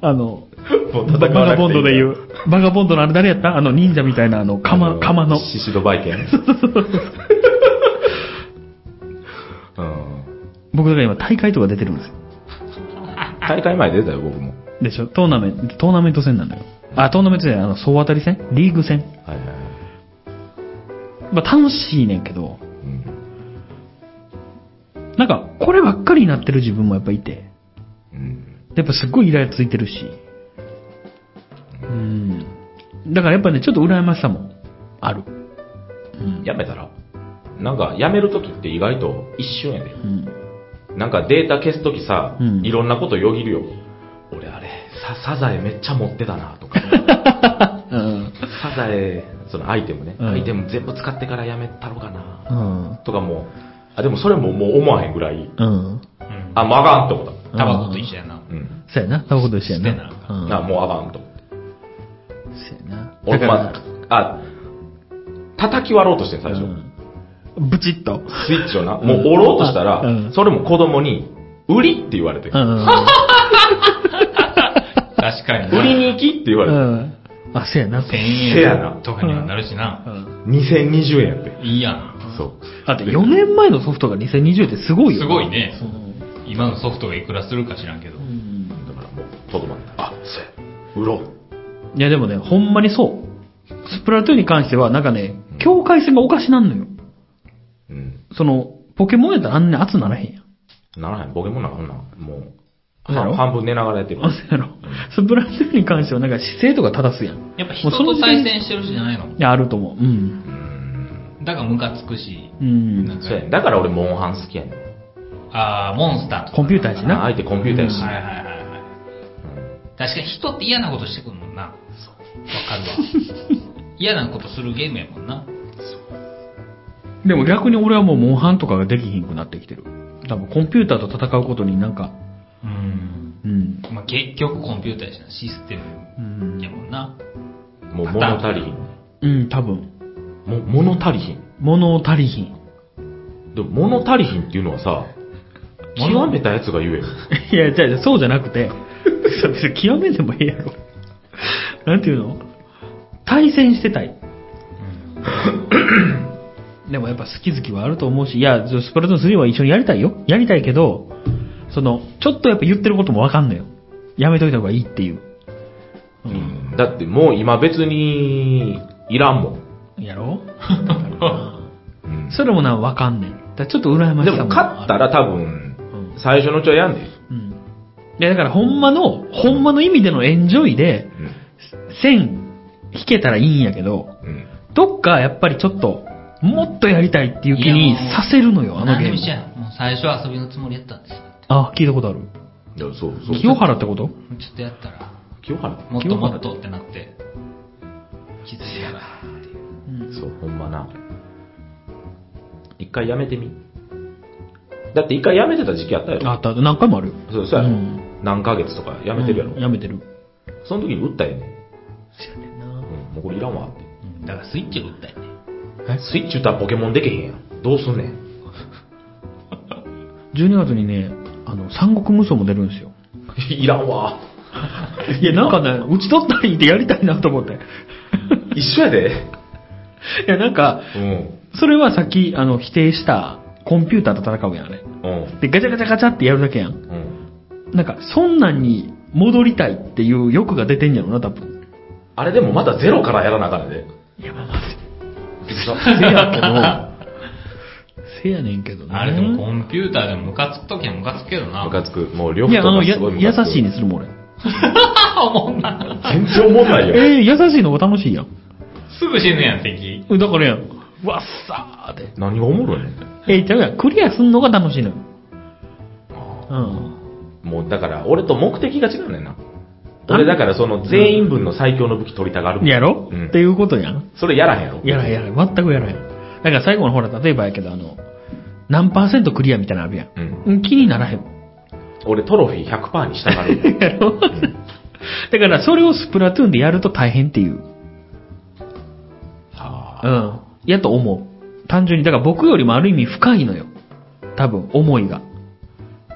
S2: あの、
S3: もう戦
S2: バ
S3: わ
S2: ガ
S3: なくてい
S2: ボ
S3: い
S2: ンドで言う。バガボンドのあれ誰やったあの忍者みたいなあの、
S3: あ
S2: 釜、釜の。
S3: シシドバイケン。うん。
S2: 僕だから今大会とか出てるんですよ。
S3: 大会前出たよ、僕も。
S2: でしょトーナメント、トーナメント戦なんだよ。あ、トーナメント戦、あの、総当たり戦リーグ戦
S3: はいはいはい。
S2: まあ楽しいねんけど、
S3: うん。
S2: なんか、こればっかりになってる自分もやっぱいて、
S3: うん。
S2: やっぱすっごいイライラついてるし、うん。だからやっぱね、ちょっと羨ましさもある。うん。
S3: やめたらなんか、やめるときって意外と一瞬やで。
S2: うん。
S3: なんかデータ消すときさ、
S2: うん
S3: いろんなことよぎるよ。俺あれ、ササザエめっちゃ持ってたな、とか。
S2: うん。
S3: サザエ、そのアイテムね、
S2: うん
S3: アイテム全部使ってからやめたろかな、
S2: うん。
S3: とかもう、あ、でもそれももう思わへんぐらい、
S2: うん。
S1: うん。
S3: あ、もうあかんと思った。
S1: タバコと一緒やな。
S3: うん。
S2: そうやな。タバコと一緒やな。
S1: 捨てなあか
S2: うん
S3: あ、もうあかんと思って。
S2: そうやな。
S3: 俺
S2: だから
S3: まあ、あ、叩き割ろうとしてん、最初。
S2: うんブチッと。
S3: スイッチをな、もう折ろうとしたら、
S2: うん
S3: それも子供に、売りって言われて、
S2: うん。
S1: 確かにな。
S3: 売りに行きって言
S2: う
S3: われて、
S2: ん。あ、そうやな。
S1: 1000
S3: せやな
S1: 円とかにはなるし
S2: う
S1: な。
S2: ん
S3: 2020円やって。
S1: いいやん。
S3: そう。
S2: だって4年前のソフトが2020ってすごいよ。
S1: すごいね
S2: う。
S1: 今のソフトがいくらするか知らんけど。
S2: ん。
S3: だからもう、とどまった。あ、そうや。売ろう。
S2: いやでもね、ほんまにそう。スプラトゥーンに関しては、なんかね、境界線がおかしなんのよ。
S3: うん。
S2: その、ポケモンやったらあんなに熱ならへんやん。
S3: ならへん、ボケモンなんかあんなん、もう、
S2: そうやろ
S3: 半半分寝ながらやってる。
S2: あ、そうやろ。スプラトゥーンに関しては、なんか姿勢とか正すやん。
S1: やっぱ
S2: も
S1: 人
S2: うその
S1: と
S2: 時
S1: 対
S2: 点
S1: 戦してるしじゃないの
S2: い。や、あると思う。うん。
S3: うん。
S1: だからムカつくし。
S2: うん。
S1: なんか
S3: そうやね。だから俺、モンハン好きやねん。
S1: ああ、モンスターとか。
S2: コンピューターやしな
S3: 相手コンピューターやし。
S1: はいはいはいはい。確かに人って嫌なことしてくるもんな。わかるわ。 嫌なことするゲームやもんな。
S2: でも逆に俺はもうモンハンとかができひんくなってきてる。多分コンピューターと戦うことになんか、
S1: うん。
S2: うん。
S1: まあ、結局コンピューターやしな、システ
S2: う
S1: ムや
S2: ん。
S1: もんな。
S3: うんもう物足りひん。
S2: うん、多分。
S3: もう物足りひん。
S2: 物を足りひん。
S3: でも物足りひんっていうのはさ、
S1: 物
S3: 極めたやつが言えよ。
S2: いや、じゃあそうじゃなく て、そう別に極めてもええやろ。なんていうの対戦してたい。でもやっぱ好き好きはあると思うし、いや、スプラトゥーン3は一緒にやりたいよ。やりたいけど、その、ちょっとやっぱ言ってることもわかんのよ。やめといた方がいいっていう。うん。
S3: だってもう今別に、いらんもん。
S2: やろ
S3: うん
S2: それもな、わかんねん。だからちょっと羨まし
S3: で
S2: さ
S3: も
S2: も
S3: 勝った
S2: ら。
S3: ら多分
S2: うん、
S3: 最初のうちはやんで。
S2: うん。いや、だからほんまの、ほんまの意味でのエンジョイで、線引けたらいいんやけど、
S3: うんうん
S2: どっかやっぱりちょっと、もっとやりたいっていう気に
S1: いやもう
S2: させるのよ、あの
S1: 何で
S2: ゲー
S1: も
S2: ム
S1: 一。緒やん。もう最初は遊びのつもりやったんですよ。
S2: あ、聞いたことある。
S3: いや、そうそう。
S2: 清原ってこと
S1: ちょっとやったら、
S3: 清原
S1: もっともっとってなって、気づいたら。
S3: そう、ほんまな。一回やめてみ。だって一回やめてた時期あったよ。
S2: あった、何回もある。
S3: そうそうやろ、
S2: うん
S3: 何ヶ月とかやめてるやろ、
S2: うんやめてる。
S3: その時に打ったよね、
S2: そやねん
S3: う、
S2: なん
S3: もうこれいらんわって
S1: うんだからスイッチが打ったよね。
S2: え
S3: スイッチ打ったらポケモンできへんやんどうすんねん
S2: 12月にね、あの、三国無双も出るん ですよ。
S3: いらんわ
S2: いや、なんかね、打ち取ったらいいってやりたいなと思って。い
S3: 一緒やで
S2: や、なんか、
S3: うん
S2: それはさっき、あの、否定した、コンピューターと戦うやん、あれ。
S3: うん
S2: で、ガチャガチャガチャってやるだけやん。
S3: うん
S2: なんか、そんなんに戻りたいっていう欲が出てんやろな、多分。
S3: あれでもまたゼロからやらなあかんねんで
S2: いや、まあまあ、せ やけど、せやねんけどね。
S1: あれでもコンピューターでもムカつくときはムカつくけどな。
S3: ムカつくもう両
S2: い
S3: 方
S2: や、あの、
S3: が
S2: や、
S3: すごいムカつく
S2: 優しいにするもん、俺。
S1: 思うな。
S3: 全然思んないよ
S2: えー、優しいのが楽しいやん。
S1: すぐ死ぬやん、敵。
S2: だからやん、わっさーで。
S3: 何がおもろいね
S2: えー、ちゃうやん、クリアすんのが楽しいのよ。うん。
S3: んもうだから俺と目的が違うねんな俺だからその全員分の最強の武器取りたがるもん
S2: やろ、
S3: うん
S2: っていうことやん。
S3: それやらへんやろ
S2: やらへんやらへん。全くやらへん。だから最後のほら、例えばやけど、あの、何パーセントクリアみたいなのあるやん。
S3: うん
S2: うん、気にならへんもん。
S3: 俺トロフィー100%に従 うよ
S2: やろだからそれをスプラトゥーンでやると大変っていう。
S3: はあ
S2: うん。やと思う。単純に。だから僕よりもある意味深いのよ。多分、思いが。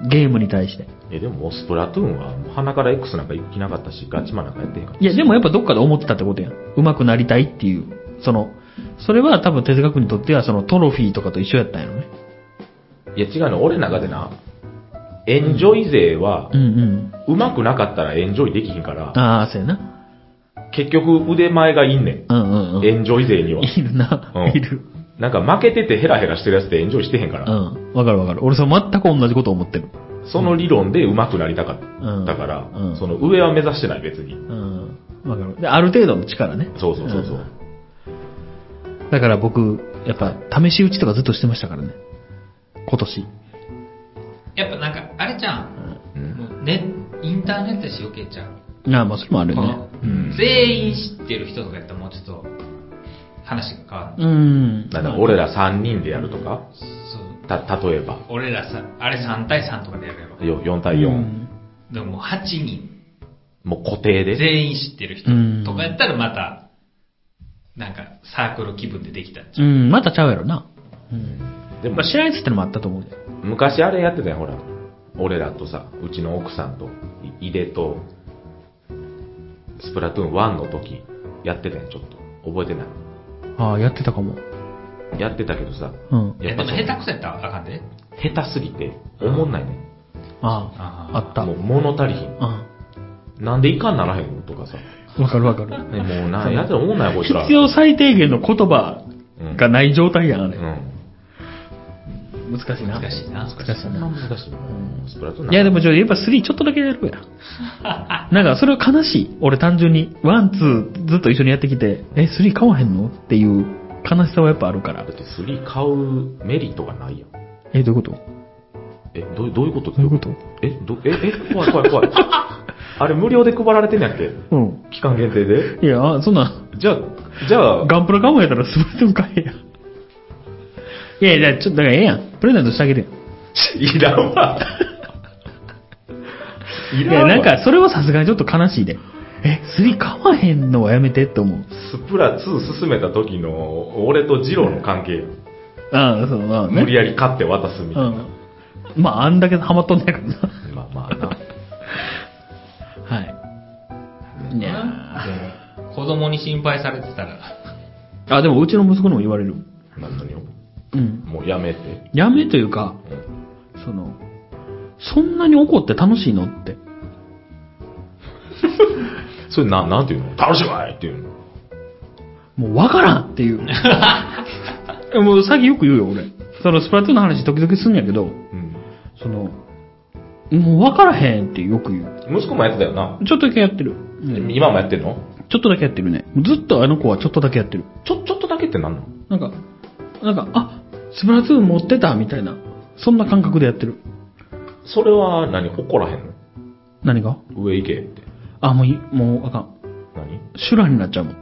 S2: ゲームに対して。
S3: えでももうスプラトゥーンはもう鼻から X なんか行きなかったしガチマなんかやってへんから
S2: いや、でもやっぱどっかで思ってたってことやん。上手くなりたいっていう。その、それは多分哲学にとってはそのトロフィーとかと一緒やったんやろね。
S3: いや違うの俺の中でなエンジョイ勢は
S2: う、んうん。
S3: うまくなかったらエンジョイできひんから、
S2: ああ、そうやな。
S3: 結局腕前がいんね
S2: うんうんうん
S3: ん。。エンジョイ勢には。
S2: いるな、
S3: うん
S2: いる。
S3: なんか負けててヘラヘラしてるやつってエンジョイしてへんか
S2: う
S3: ら、
S2: ん。わかるわかる。俺それ全く同じこと思ってる。
S3: その理論で上手くなりたかったから、
S2: うん
S3: その上は目指してない別に。
S2: うん。わかる。で、ある程度の力ね。
S3: そうそうそうそう。
S2: だから僕、やっぱ、試し打ちとかずっとしてましたからね。今年。
S1: やっぱなんか、あれじゃん。
S3: うん
S1: もうね、インターネットやし余計ちゃう。
S2: ああ、まあ、それもあるよね。
S1: この全員知ってる人とかやったらもうちょっと話が変わる。
S2: うん。
S3: なんだ、俺ら3人でやるとか、
S1: そう
S3: た、例えば、
S1: 俺らさ、あれ3対3とかでやるやろ。
S3: よ4対4、
S2: うん
S1: でももう8人、
S3: もう固定で。
S1: 全員知ってる人とかやったらまた、なんかサークル気分でできたんちゃ
S2: うん、またちゃうやろな。うん。
S3: でも
S2: まあ、知らんやつってのもあったと思うよ。
S3: 昔あれやってたよ、ほら。俺らとさ、うちの奥さんと、い井出と、スプラトゥーン1の時、やってたよ、ちょっと。覚えてな
S2: ああ、やってたかも。
S3: い。やってたけどさ、
S2: うん。
S1: う。いや、で
S3: ぱ
S1: も
S3: そ
S1: 下
S3: う
S1: 手くそやったらあかんで。
S3: 下手すぎて、おもんないね。
S2: ああ、
S1: あ
S2: あ
S1: ー
S2: った。
S3: もう物足りひん。
S2: う
S3: なんでいかんならへんのとかさ。
S2: ん。わかるわかる。
S3: ね、もうな、やったらおもんないよ、こいつら。
S2: 必要最低限の言葉
S3: うん
S2: がない状態やん、あれ
S3: う。ん。
S2: 難しいな。
S1: 難しいな。
S2: 難しい
S3: そんな
S2: な。
S3: 難しいのスプラトゥーン
S2: いや、でも、ちょ、やっぱ3ちょっとだけやろう や。なんか、それは悲しい。俺単純に、ワン、ツー、ずっと一緒にやってきて、え、3買わへんのっていう悲しさはやっぱあるから
S3: だ。って3買うメリットがないやん。
S2: え、どういうこと
S3: え、どうどういうこと
S2: どういうこと
S3: え、ど、え、え、怖い怖 い怖い。あれ無料で配られてんやっけ
S2: うん。
S3: 期間限定で
S2: いや、あそんな、
S3: じゃあ、じゃあ、
S2: ガンプラ買うんやったらスプラトゥーン買えや。いやいや、ちょっと、だからええやん。プレゼントしてあげてよ。
S3: いらんわ。い
S2: い
S3: ら
S2: や、
S3: んわ。
S2: なんか、それはさすがにちょっと悲しいで。え、3買わへんのはやめてって思う。
S3: スプラ2進めた時の俺とジローの関係やん
S2: ああ、そう、まあね。
S3: 無理やり買って渡すみたいな。
S2: うん。まあ、あんだけハマっとんねやからな。
S3: まあまあな。
S2: はい。ね
S1: でも子供に心配されてたら、
S2: あ、でもうちの息子にも言われる。
S3: な何を
S2: うん。
S3: もうやめて。
S2: やめというか、
S3: うん
S2: その、そんなに怒って楽しいのって。
S3: それな、なんていうの楽しいわいっていうの。
S2: もうわからん っていう。えもうさっきよく言うよ、俺。そのスプラトゥーンの話時々すんやけど、
S3: うん。
S2: その、もうわからへんってよく言う。
S3: 息子もやってたよな。
S2: ちょっとだけやってる。うん
S3: 今もやってんの
S2: ちょっとだけやってるね。ずっとあの子はちょっとだけやってる。
S3: ちょ、ちょっとだけってなんの
S2: なんか、なんか、あ、スプラトゥーン持ってたみたいな。そんな感覚でやってる。
S3: それは何怒らへん
S2: 何が
S3: の上行けって。
S2: あ、もういい、もうあかん。
S3: 何
S2: 修羅になっちゃうもん。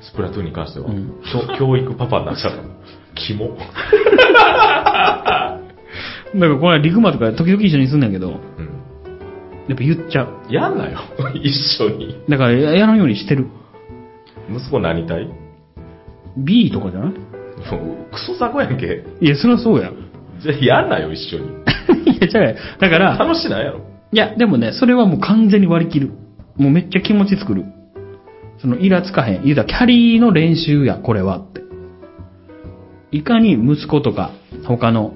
S3: スプラトゥーンに関しては、
S2: うん
S3: きょ教育パパになっちゃうの。キモ。
S2: だからこれリグマとか時々一緒にすんだけど、や
S3: うん。
S2: っぱ言っちゃう。
S3: やんなよ。 一緒に。
S2: だからややらんようにしてる。
S3: 息子何たい
S2: B とかじゃない
S3: もうクソ雑魚やんけ。
S2: いや、そりゃそうや。
S3: じゃあやんなよ、一緒に。
S2: いや、じゃあ、だから、
S3: 楽しないやろ。
S2: いや、でもね、それはもう完全に割り切る。もうめっちゃ気持ち作る。その、イラつかへん。言うたら、キャリーの練習や、これはって。いかに息子とか、他の、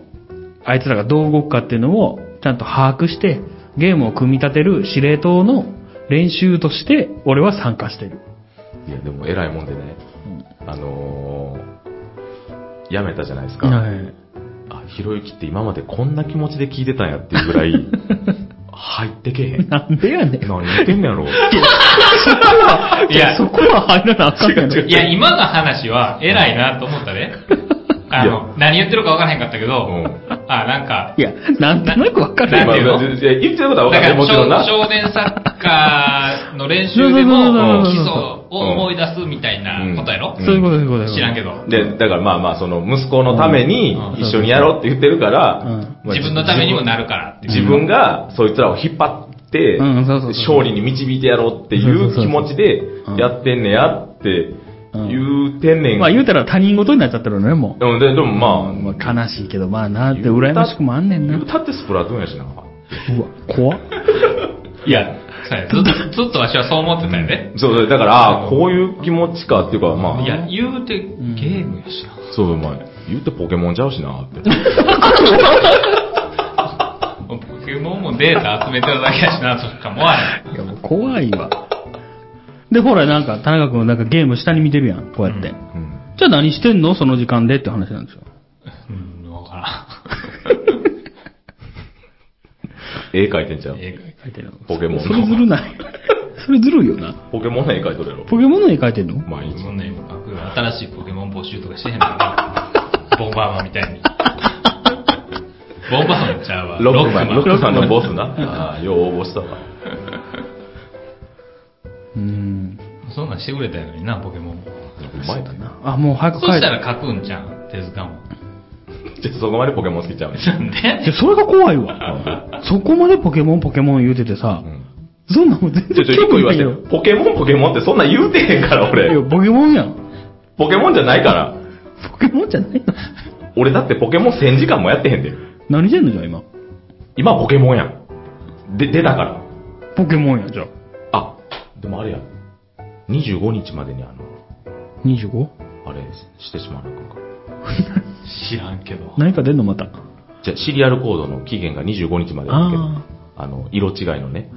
S2: あいつらがどう動くかっていうのを、ちゃんと把握して、ゲームを組み立てる司令塔の練習として、俺は参加してる。
S3: いや、でも偉いもんでね。あのー、やめたじゃないですか。
S2: はい。
S3: あ、ひろゆきって今までこんな気持ちで聞いてたんやっていうぐら い、入ってけへん。
S2: なんでやねん。
S3: 何言ってんのやろ。
S1: いや
S2: そこは入らなあかんやろ。
S3: 違う違う
S1: いや、今の話は偉いなと思ったで。あの、何言ってるか分からへんかったけど、
S3: うん
S1: あ、なんか、
S2: いや、なんとなくわかる
S1: な
S2: よ
S1: んていうの
S3: まあまあいや言ってること
S1: だ
S3: は分
S1: か
S3: かる
S1: ら
S3: よ、もちろんな。
S1: 少少年サッカーの練習で
S2: そう
S1: も
S2: そうそうそう
S1: 基礎を思い出すみたいなことやろ、
S3: うん
S2: そういうこと、そういうこと。
S1: 知らんけ
S2: ど。
S1: ど。
S3: で、だからまあまあ、その息子のために
S1: うん
S3: 一緒にやろうって言ってるから、
S2: うん
S3: まあ
S1: 自分のためにもなるからっていう。
S3: 自分がそいつらを引っ張って、
S2: うんそうそうそう
S3: 勝利に導いてやろうっていう気持ちで
S2: うん
S3: やってんねやって言うてんねん。
S2: まあ言うたら他人事になっちゃってるのね、もう。
S3: うんででもま
S2: ま
S3: あ、
S2: あ悲しいけど、まあなって羨ましくもあんねんな。
S3: 言うたってスプラトゥーンやしな。
S2: うわ、怖っ。
S1: いや、そうやずっと、ずっとわしはそう思ってたよね。
S3: そうそう、だから、ああ、こういう気持ちかっていうか、まあ、
S1: いや、言うてゲームやしな。
S3: そう、まあ、言うてポケモンちゃうしなって。
S1: ポケモンもデータ集めてるだけやしな、とかもある。
S2: いや、もう怖いわ。で、ほら、なんか、田中君なんかゲーム下に見てるやん、こうやって。
S3: うん。
S2: じゃあ何してんのその時間でって話なんですよ。
S1: うん、わ
S3: 絵描いてんじゃ
S1: からん。
S3: ん。
S1: 絵描いて
S2: 書いてるの
S3: ポケモンの
S2: それずる ない。それずるいよな。
S3: ポケモンの絵描いとるやろ。
S2: ポケモンの絵描いてんの
S3: 毎日。
S1: そんな今描く新しいポケモン募集とかしてへんのかな。ボンバーマンみたいに。ボンバーマンちゃうわ。
S3: ロックマン。ロックマン
S1: ロック
S3: の
S1: マ
S3: ボス な。ああ、よう応募したわ。
S2: うん。
S1: ンそんなんしてくれたやのにな、ポケモンも。
S3: うまいな。
S2: あ、もう早く
S1: そ
S2: 描い
S1: してた。ら描くんじゃん、手塚も。
S3: じゃあそこまでポケモン好きちゃうね。
S1: なんでやね
S2: いやそれが怖いわ。そこまでポケモンポケモン言うててさ、
S3: うん
S2: そんなんもう全
S3: ち
S2: 然
S3: ょちょ、一個
S2: 興味
S3: 言
S2: な
S3: わ
S2: い
S3: せて
S2: よ。。
S3: ポケモンポケモンってそんな言うてへんから、
S2: いや、
S3: 俺。
S2: ポケモンやん。
S3: ポケモンじゃないから。
S2: ポケモンじゃないの
S3: 俺だってポケモン1000時間もやってへんで。
S2: 何してんのじゃあ今。
S3: 今ポケモンやん。で、出たから。
S2: ポケモンやじゃあ。
S3: あ、でもあれや。25日までにあの、
S2: 25?
S3: あれ、してしまわなあかんから。
S1: ん知らんけど。
S2: 何か出んのまた。
S3: じゃあシリアルコードの期限が25日までだけど、
S2: あ
S3: あの、色違いのね、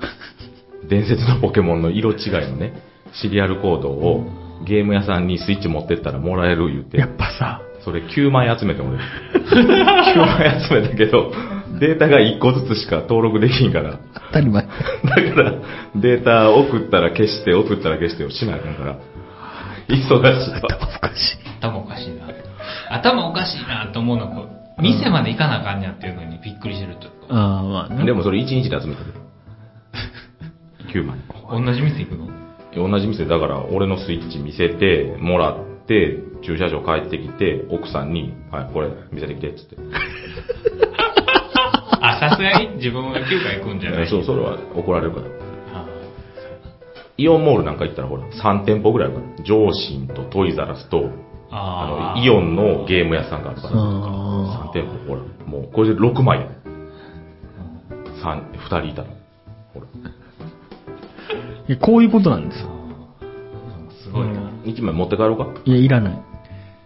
S3: 伝説のポケモンの色違いのね、シリアルコードをゲーム屋さんにスイッチ持ってったらもらえる言う
S2: や
S3: て
S2: っ、ぱさ、
S3: それ9枚集め て俺。9枚集めたけど、データが1個ずつしか登録できんから。
S2: 当たり前。
S3: だから、データ送ったら消して、送ったら消してをしなあかんから。忙しいわ。
S2: 恥ずかしい。
S1: 頭おかしいな。頭おかしいなと思うのこう、店まで行かなあかんねやっていうのにびっくりしてる、ちょっと。
S2: ああ、まあね。
S3: でもそれ1日で集めたで。9枚。
S1: 同じ店行くの
S3: 同じ店だから俺のスイッチ見せてもらって駐車場帰ってきて奥さんに「はいこれ見せてきて」っつって
S1: あ、さすがに自分が休暇行くんじゃない
S3: そうそれは怒られるから
S1: あ
S3: イオンモールなんか行ったらほら3店舗ぐらいあるから上信とトイザラスとあ
S1: あ
S3: のイオンのゲーム屋さんがあるから
S2: あ
S3: 3店舗ほらもうこれで6枚やね2人いたらほら
S2: いやこういうことなんですよ。
S1: すごいな。
S3: 1枚持って帰ろうか
S2: いや、いらない。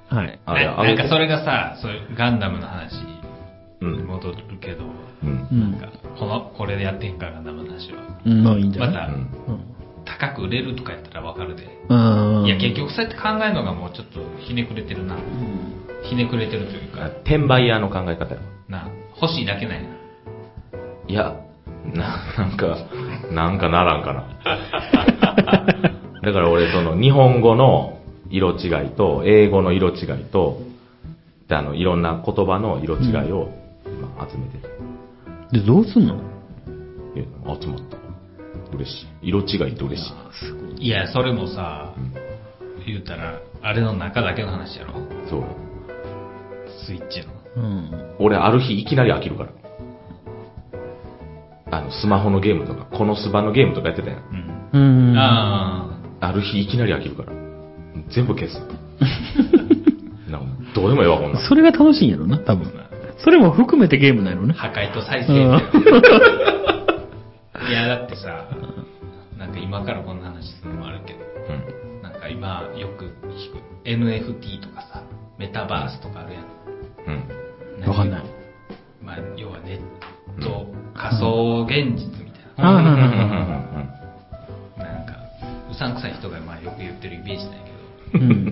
S2: はい。
S3: あれ
S1: な
S3: あ
S1: なん
S3: げ
S1: か
S3: て
S1: それがさ、そういうガンダムの話に
S3: うん
S1: 戻るけど、
S3: うん
S2: う
S1: なん
S2: ん。
S1: かこの、これでやってんからガンダムの話は。
S2: うんまあいいんじゃな
S1: また
S2: い
S3: うん
S1: 高く売れるとかやったらわかるで。
S2: うん。
S1: いや、結局そうやって考えるのがもうちょっとひねくれてるな。ひねくれてるというか、
S3: あ転売屋の考え方や
S1: な、欲しいだけなんや。
S3: いや、な、なんか、なんかならんかな。だから俺、その、日本語の色違いと、英語の色違いと、であの、いろんな言葉の色違いを、今、集めてる。
S2: で、どうすんの
S3: いうの集まった。嬉しい。色違いって嬉しい。
S1: いや、それもさ、言うたら、あれの中だけの話やろ。
S3: そう。
S1: スイッチの。
S2: うん。
S3: 俺、ある日、いきなり飽きるから。あの、スマホのゲームとか、このスバのゲームとかやってたやん。
S1: うん。
S2: うん。
S1: あ
S3: ある日、いきなり飽きるから。全部 消す。なんかどうでもいいわ、こんなん。
S2: それが楽しいんやろな、多分。それも含めてゲームなんやろ
S1: あ、
S2: ね。
S1: 破壊と再
S2: う
S1: 生みたい
S2: ん。
S1: な。いや、だってさ、なんか今からこんな話するのもあるけど、
S3: うん。
S1: なんか今よく聞く NFT とかさ、メタバースとかあるやん。
S3: うん。
S2: わかんない。
S1: まあ、要はネット、仮想現実みたいな。
S2: あ
S3: うんうん
S1: なんか、うさんくさい人がまあよく言ってるイメージだ
S2: うん うん。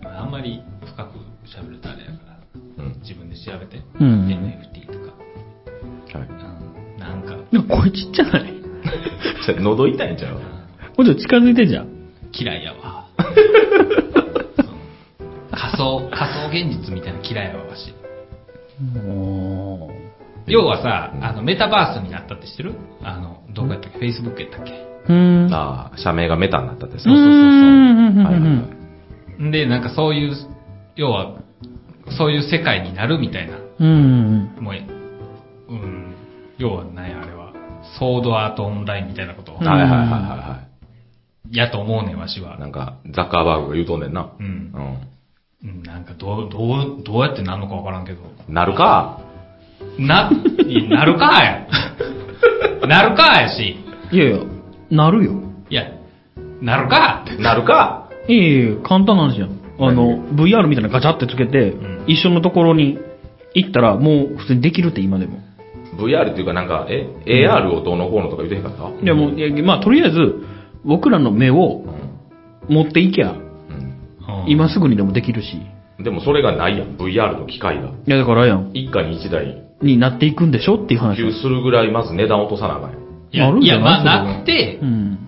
S1: けど、あんまり深く喋るとあれやから、
S3: うんうん。
S1: 自分で調べて、
S2: うん
S1: NFT とか、
S3: はい。
S1: うん、なんか、
S2: でも声ちっちゃ ない
S3: じゃあ喉痛いんちゃう
S2: もうちょっと近づいてじゃん。
S1: 嫌いや わ。その仮想、仮想現実みたいな嫌いやわ、わし。
S2: おー
S1: 要はさ、あの、メタバースになったって知ってるあの、どこやったっけ ?Facebook やったっけ
S2: うん。
S3: ああ、社名がメタになったって。そううそうそうそう。
S2: んうんうんうんうん
S3: はいはいはい
S1: んで、なんかそういう、要は、そういう世界になるみたいな。
S2: うん。
S1: もう、うん、要は何やあれは、ソードアートオンラインみたいなこと、
S2: うん
S3: はいはいはいは
S1: やと思うねん、わし
S3: いはい。な
S1: は。
S3: んか、ザッカーバーグが言うとんねんな。
S1: う。
S3: うんん。
S1: うんなんかどう、どう、どうやってなんのかわからんけど。
S3: なるか。
S1: な、いなるかや。 なるかやし。
S2: いやいや、なるよ。
S1: いや、なるかって。
S3: なるか。
S2: いやいや、簡単なんですよ。あの、VR みたいなのガチャってつけて、
S1: ん
S2: 一緒のところに行ったら、もう普通にできるって今でも。
S3: VR っていうかなんか、え、AR をどうのこうのとか言ってへんかった
S2: いやもう、いやまあとりあえず、僕らの目を持っていきゃ、
S3: うん
S2: 今すぐにでもできるし。
S3: うんでもそれがないやん、VR の機械が。
S2: いやだからあれやん。
S3: 一家に一台
S2: になっていくんでしょっていう
S3: 普
S2: 話。
S3: 及するぐらいまず値段落とさなあかんやん。
S1: いや
S2: あるん
S1: い
S2: じゃ
S1: や、
S2: ない
S1: まあ、なって
S2: う、ん。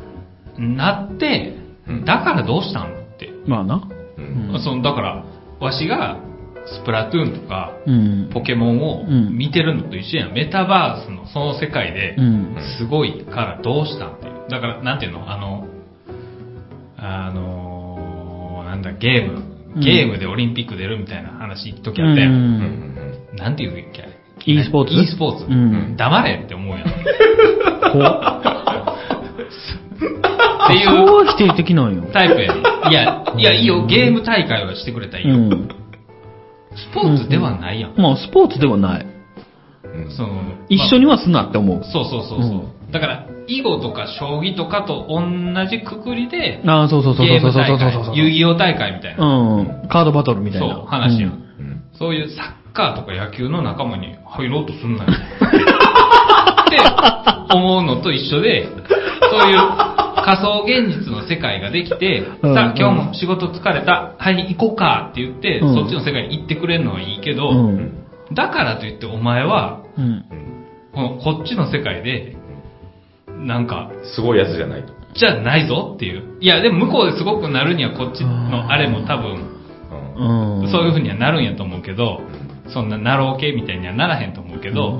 S1: なって
S3: うん、
S1: だからどうしたのって。
S2: まあな。
S3: うん
S2: うん
S1: その、だから、わしが、スプラトゥーンとか、
S2: うん。
S1: ポケモンを
S2: うん
S1: 見てるのと一緒やん。メタバースのその世界で
S2: う、ん。
S1: すごいからどうしたんっていう。だから、なんていうのあの、あのー、なんだ、ゲー
S2: う
S1: ム。
S2: ん
S1: ゲームでオリンピック出るみたいな話一時あったや。
S2: うん
S3: うんうん
S2: ん。
S3: うん
S1: なんていうんやっけ
S2: e スポーツ
S1: e スポーツ。
S2: うん。
S1: 黙れって思うやん。っていう
S2: そこは否定的なんよ。
S1: タイプやねん。い や、いや、いいよ、ゲーム大会はしてくれたらいいうよ。
S2: ん。
S1: スポーツではないやん。
S2: まあ、スポーツではない。
S3: うん
S1: その
S2: 一緒に
S1: ま
S2: はすなって思う
S1: あ。そうそうそうそう。だから、囲碁とか将棋とかと同じくくりで、
S2: ああ、そうそうそうそ
S1: ゲー
S2: うそう
S1: ム
S2: そうそ
S1: 大
S2: うそう
S1: 会、遊戯王大会みたいな、
S2: うん。カードバトルみたいな。
S1: そう、話や
S2: うん
S1: ん。そういうサッカーとか野球の仲間に入ろうとすんな よ。って思うのと一緒で、そういう仮想現実の世界ができて、
S2: うん
S1: さあ
S2: うん
S1: 今日も仕事疲れた、はい行こうかって言って、
S2: うん
S1: そっちの世界に行ってくれるのはいいけど、
S2: うん。
S1: だからといってお前は、
S2: うん。
S3: うん
S1: このこっちの世界で、なんか、
S3: すごいやつじゃないと。
S1: じゃないぞっていう。いや、でも向こうですごくなるにはこっちのあれも多分、
S3: うん
S2: うん。
S1: そういう
S2: う
S1: 風にはなるんやと思うけど、そんななろう系みたいにはならへんと思うけど、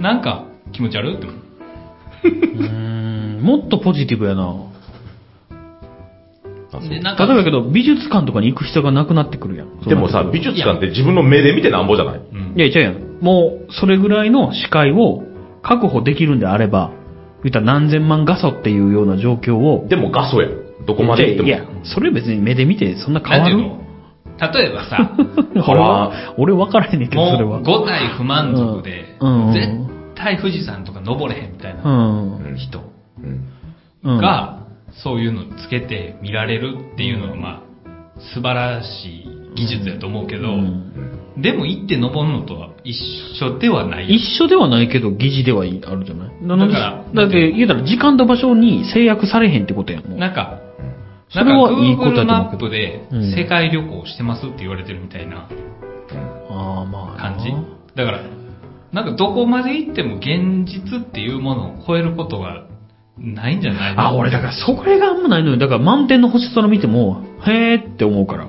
S1: なんか気持ち悪いって思う。
S2: ん。もっとポジティブやな。
S3: あそう
S1: でなん
S2: 例えばやけど、美術館とかに行く必要がなくなってくるやん。
S3: でもさ、美術館って自分の目で見てなんぼじゃない
S1: うん
S2: いや、違うやん。もう、それぐらいの視界を確保できるんであれば、言ったら何千万画素っていうような状況を、
S3: でも画素やん。どこまで行っても。
S2: いや、いやそれ別に目で見てそんな変
S1: なん
S2: わ
S1: ていう
S2: る
S1: の例えばさ、
S2: 俺は、俺分からへんねんけ ど、それ
S1: も
S2: は。
S1: う5体不満足で、
S2: うんうん。
S1: 絶対富士山とか登れへんみたいうなん人
S3: うん
S2: うん、
S1: が、そういうのつけて見られるっていうのは、まあ、素晴らしい技術やと思うけ
S2: う
S1: ど、
S2: ん、
S1: でも行って登るのとは一緒ではないやん
S2: 一緒ではないけど、疑似ではいあるじゃないなので
S1: だから
S2: だって言うたら時間と場所に制約されへんってことやん、もう。
S1: なんか、
S2: そ
S1: な
S2: れはいい
S1: ん
S2: こと
S1: か Google
S2: やと思
S1: マ
S2: うけ
S1: ッ
S2: ど
S1: プで
S2: うん
S1: 世界旅行してますって言われてるみたいな
S2: ああ、まあ。
S1: 感じ。だから、なんかどこまで行っても現実っていうものを超えることがないんじゃないの
S2: あ、俺だからそれがあんまないのよ。だから満点の星空見ても、へーって思うから。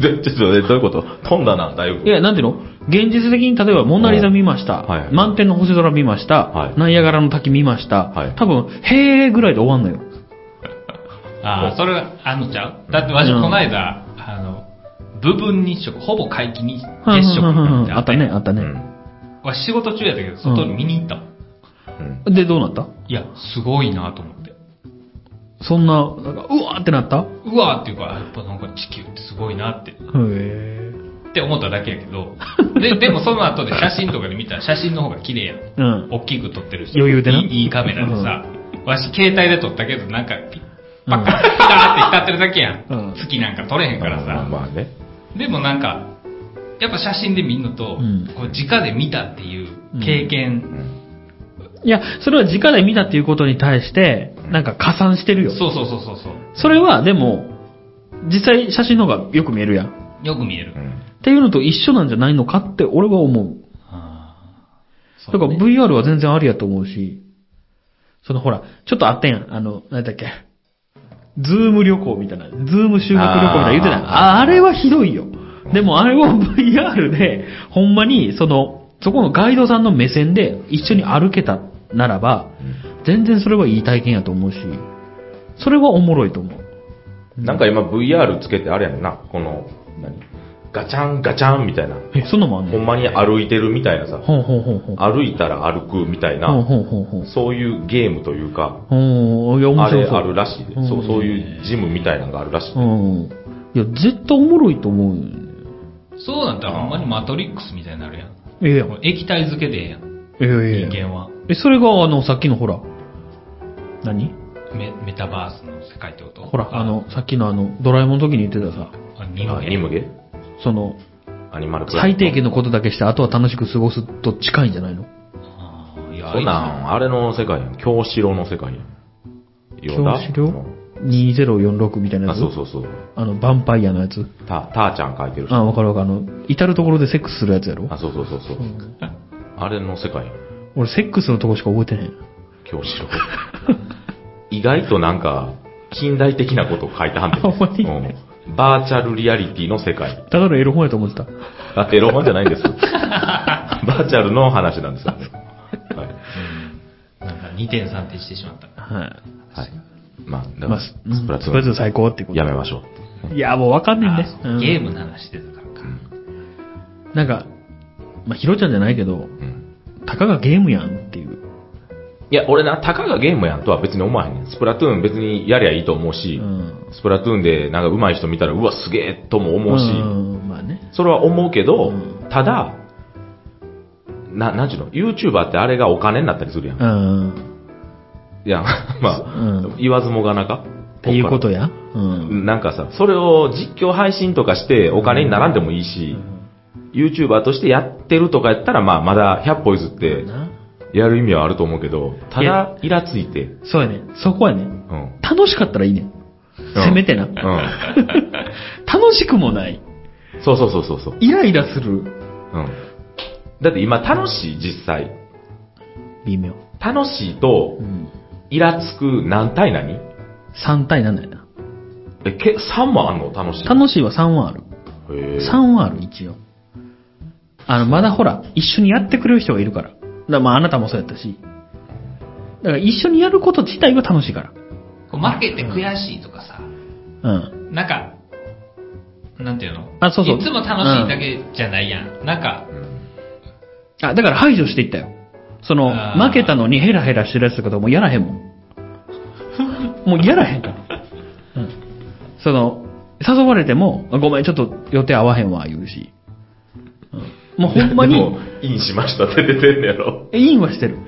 S3: でちょっとね、どういうこと飛んだな、だいぶ。
S2: いや、なんていうの現実的に、例えば、モナリザ見ました。
S3: はい
S2: 満天の星空見ました。
S3: はい
S2: ナイアガラの滝見ました。
S3: はい
S2: 多分、へーぐらいで終わんのよ。
S1: あーそれがあのちゃうだってわし
S2: うん
S1: この間、あの、部分日食、ほぼ皆既日食
S2: うんうんうん
S1: て
S2: あったね、あった
S3: う
S2: ね。
S3: ん。
S1: わし仕事中やったけど、外に見に行ったもん。
S3: うん
S2: で、どうなった
S1: いや、すごいなと思って。
S2: そんな、なんか、うわーってなったへ
S1: うわーっていうか、やっぱなんか地球ってすごいなって。
S2: ー。
S1: って思っただけやけど、で、でもその後で写真とかで見たら写真の方が綺麗やん。
S2: うん。
S1: 大きく撮ってるし、
S2: 余裕でない
S1: いいいカメラでさ、わし携帯で撮ったけど、なんかピ、パカッピカーって光ってるだけやん。
S2: うん
S1: 月なんか撮れへんから
S3: まあ
S1: さ。
S3: まあね。
S1: でもなんか、やっぱ写真で見るのと、
S2: うん
S1: こう直で見たっていう経
S3: う
S1: 験、
S3: ん
S2: いや、それは直で見たっていうことに対して、なんか加算してるよ。
S1: そうそうそうそうそう、
S2: それは、でも、実際写真の方がよく見えるやん。っ
S1: よく見える。
S3: うん
S2: ていうのと一緒なんじゃないのかって俺は思う。
S1: あーそ
S2: だか
S1: う
S2: ら
S1: ね
S2: VR は全然ありやと思うし、そのほら、ちょっとあったやん。あの、なんだっけ。ズーム旅行みたいな。ズーム修学旅行みたいな言うてない。あ
S3: あー
S2: あれはひどいよ。でもあれを VR で、ほんまに、その、そこのガイドさんの目線で一緒に歩けたならば、全然それはいい体験やと思うし、それはおもろいと思う。
S3: なんか今 VR つけてあれやんな、この、何ガチャンガチャンみたいな。
S2: え、そんなもんあん
S3: ほ
S2: の
S3: んまに歩いてるみたいなさ。
S2: ほんほんほんほん。
S3: 歩いたら歩くみたい
S2: ほん
S3: な、
S2: ほんほんほん。
S3: そういうゲームというか、
S2: ほん、いや、面
S3: あ
S2: 白
S3: れ
S2: そう。
S3: あるらしいで。そう、そういうジムみたいなのがあるらしい。
S2: うん。いや、絶対おもろいと思うよね。
S1: そうなったらほんまにマトリックスみたいになるやん。
S2: ええやん。
S1: もう液体漬けでええやん、
S2: ええ
S1: 人間は。
S2: え、それが、あの、さっきのほら、何
S1: メメタバースの世界ってこと
S2: ほら、あ、の、さっきのあの、ドラえもんの時に言ってたさ、
S1: あ人
S3: あ
S1: 間
S3: ニムゲ
S2: その、
S3: アニマルプラネ
S2: 最
S3: ット
S2: 低限のことだけして、あとは楽しく過ごすと近いんじゃないの
S1: あ
S3: そんなん、あれの世界やん。京四郎の世界やん。
S2: 京資料
S3: うん
S2: 2046みたいなや
S3: あ、
S2: つ
S3: そうそうそう。
S2: あの、ヴァンパイアのやつ。
S3: た、たーちゃん書いてるし。
S2: あ、わかるわかる。あの、至るところでセックスするやつやろ
S3: あ、そうそうそうそう。あれの世界やん。
S2: 俺、セックスのとこしか覚えてへん。
S3: 京四郎。 意外となんか、近代的なことを書いてはんねん
S2: ほんまに
S3: うんバーチャルリアリティの世界。
S2: ただのエロ本やと思ってた。
S3: あ、エロ本じゃないんです。 バーチャルの話なんですよ、ね。はい。
S1: なんか2点3点してしまった。
S2: はい。
S3: はい。まあ、だか
S2: ま
S3: ら、
S2: あ、
S3: ス
S2: うん
S3: プラト
S2: ス
S3: ゥ
S2: プラトゥーン
S3: ー
S2: 最高ってこ
S3: ン
S2: と。
S3: やめましょう。
S2: いや、もうわかんねんね
S1: あ。
S2: うん
S1: ゲームの話してたからか。
S2: なんか、まあ、ヒロちゃんじゃないけど、
S3: うん。
S2: たかがゲームやんっていう。
S3: いや、俺な、たかがゲームやんとは別に思わへんねん。スプラトゥーン別にやりゃいいと思うし、
S2: うん。
S3: スプラトゥーンでなんか上手い人見たら、うわ、すげえとも思うし、
S2: うん、まあね。
S3: それは思うけど、
S2: うん
S3: ただ、な、なんちゅうの ?YouTuber ってあれがお金になったりするやん。
S2: うん。
S3: いや、 まあ、
S2: うん
S3: 言わずもがなか。
S2: っていうことや。うん。
S3: なんかさ、それを実況配信とかしてお金にならんでもいいし、YouTuber としてやってるとかやったら、まあ、まだ100歩譲って
S2: な
S3: やる意味はあると思うけど、た
S2: い
S3: だ
S2: や、
S3: イラついて、
S2: そうやね。そこやね。
S3: うん。
S2: 楽しかったらいいねん。せめてな。
S3: うん。
S2: 楽しくもない。
S3: そうそうそうそうそう。
S2: イライラする。
S3: うん。だって今楽しい、実際。
S2: 微妙。
S3: 楽しいと
S2: う、ん。
S3: イラつく何対何
S2: 3対7やな。
S3: え、け、3もあんの楽しい。
S2: 楽しいは3はある。
S3: へー
S2: 3はある、一応。あの、まだほら、一緒にやってくれる人がいるから。だからまあ、あなたもそうやったし。だから一緒にやること自体は楽しいから。
S1: こう負けて悔しいとかさ、
S2: うん。
S1: なんか、なんていうの
S2: あそうそう
S1: いつも楽しいだけじゃないやん。なんか、
S3: うん
S2: あ、だから排除していったよ。その、
S1: あー
S2: 負けたのにヘラヘラしてるやつとかもうやらへんもん。もうやらへんから。うん。その、誘われても、あごめん、ちょっと予定合わへんわ、言うし。うん。もうほんま
S3: で
S2: に
S3: も、インしましたって出てんのや ろ。
S2: え、インはしてる。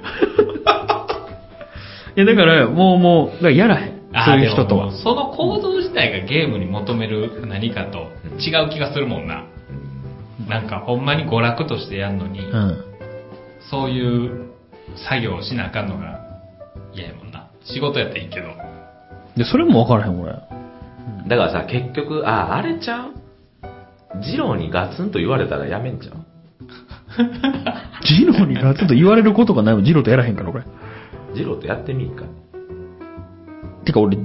S2: いや、だから、もう、もう、だからやらへん。
S1: あー
S2: そういう人と
S1: でも
S2: は
S1: も。うその行動自体がゲームに求める何かと違う気がするもんな。なんかほんまに娯楽としてやんのに、
S2: うん。
S1: そういう作業をしなあかんのが嫌やもんな。仕事やったらいいけど。
S2: で、それも分からへん、俺。
S3: だからさ、結局、あ、あれちゃうジローにガツンと言われたらやめんちゃう
S2: ジローにガツンと言われることがないもん、ジローとやらへんから、俺。
S3: ジローとやってみんか。
S2: てか、俺、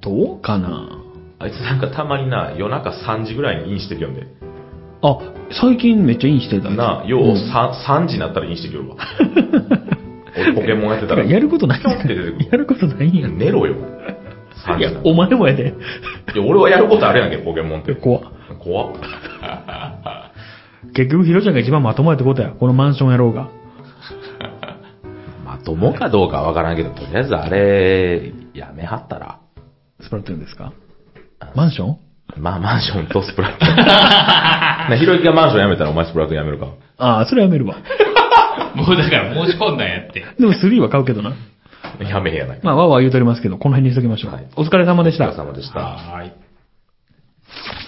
S2: どうかな
S3: あいつなんかたまにな、夜中3時ぐらいにインしてるよね。
S2: あ、最近めっちゃインしてた。
S3: な、よ
S2: う
S3: うん 3, 3時になったらインしてくる わ。俺ポケモンやって
S2: だ
S3: た。
S2: かららやることない
S3: ピョンって出てくる
S2: やることないんやん。
S3: 寝ろよ。3
S2: い
S3: 時
S2: や
S3: な、ん
S2: お
S3: だ
S2: 前もやで。
S3: いや、俺はやることあるやんけ、ポケモンって。
S2: 怖っ
S3: 怖っ。
S2: 結局、ヒロちゃんが一番まともやってことや。このマンション野郎が。
S3: まともかどうかわからんけど、とりあえずあれ、やめはったら。
S2: スプラトゥーンですかマンション
S3: まあ、マンションとスプ ラトゥーン。な、ひろゆきがマンション辞めたらお前スプラトゥーン辞めるか。
S2: ああ、それやめるわ。
S1: もうだから申し込んだんやって。
S2: でも3は買うけどな。
S3: やめへんやないか。
S2: まあ、わーわー言うとりますけど、この辺にしときましょう。
S3: はい
S2: お疲れ様でし
S3: お疲
S2: た
S3: れ。様でした。
S1: はーい。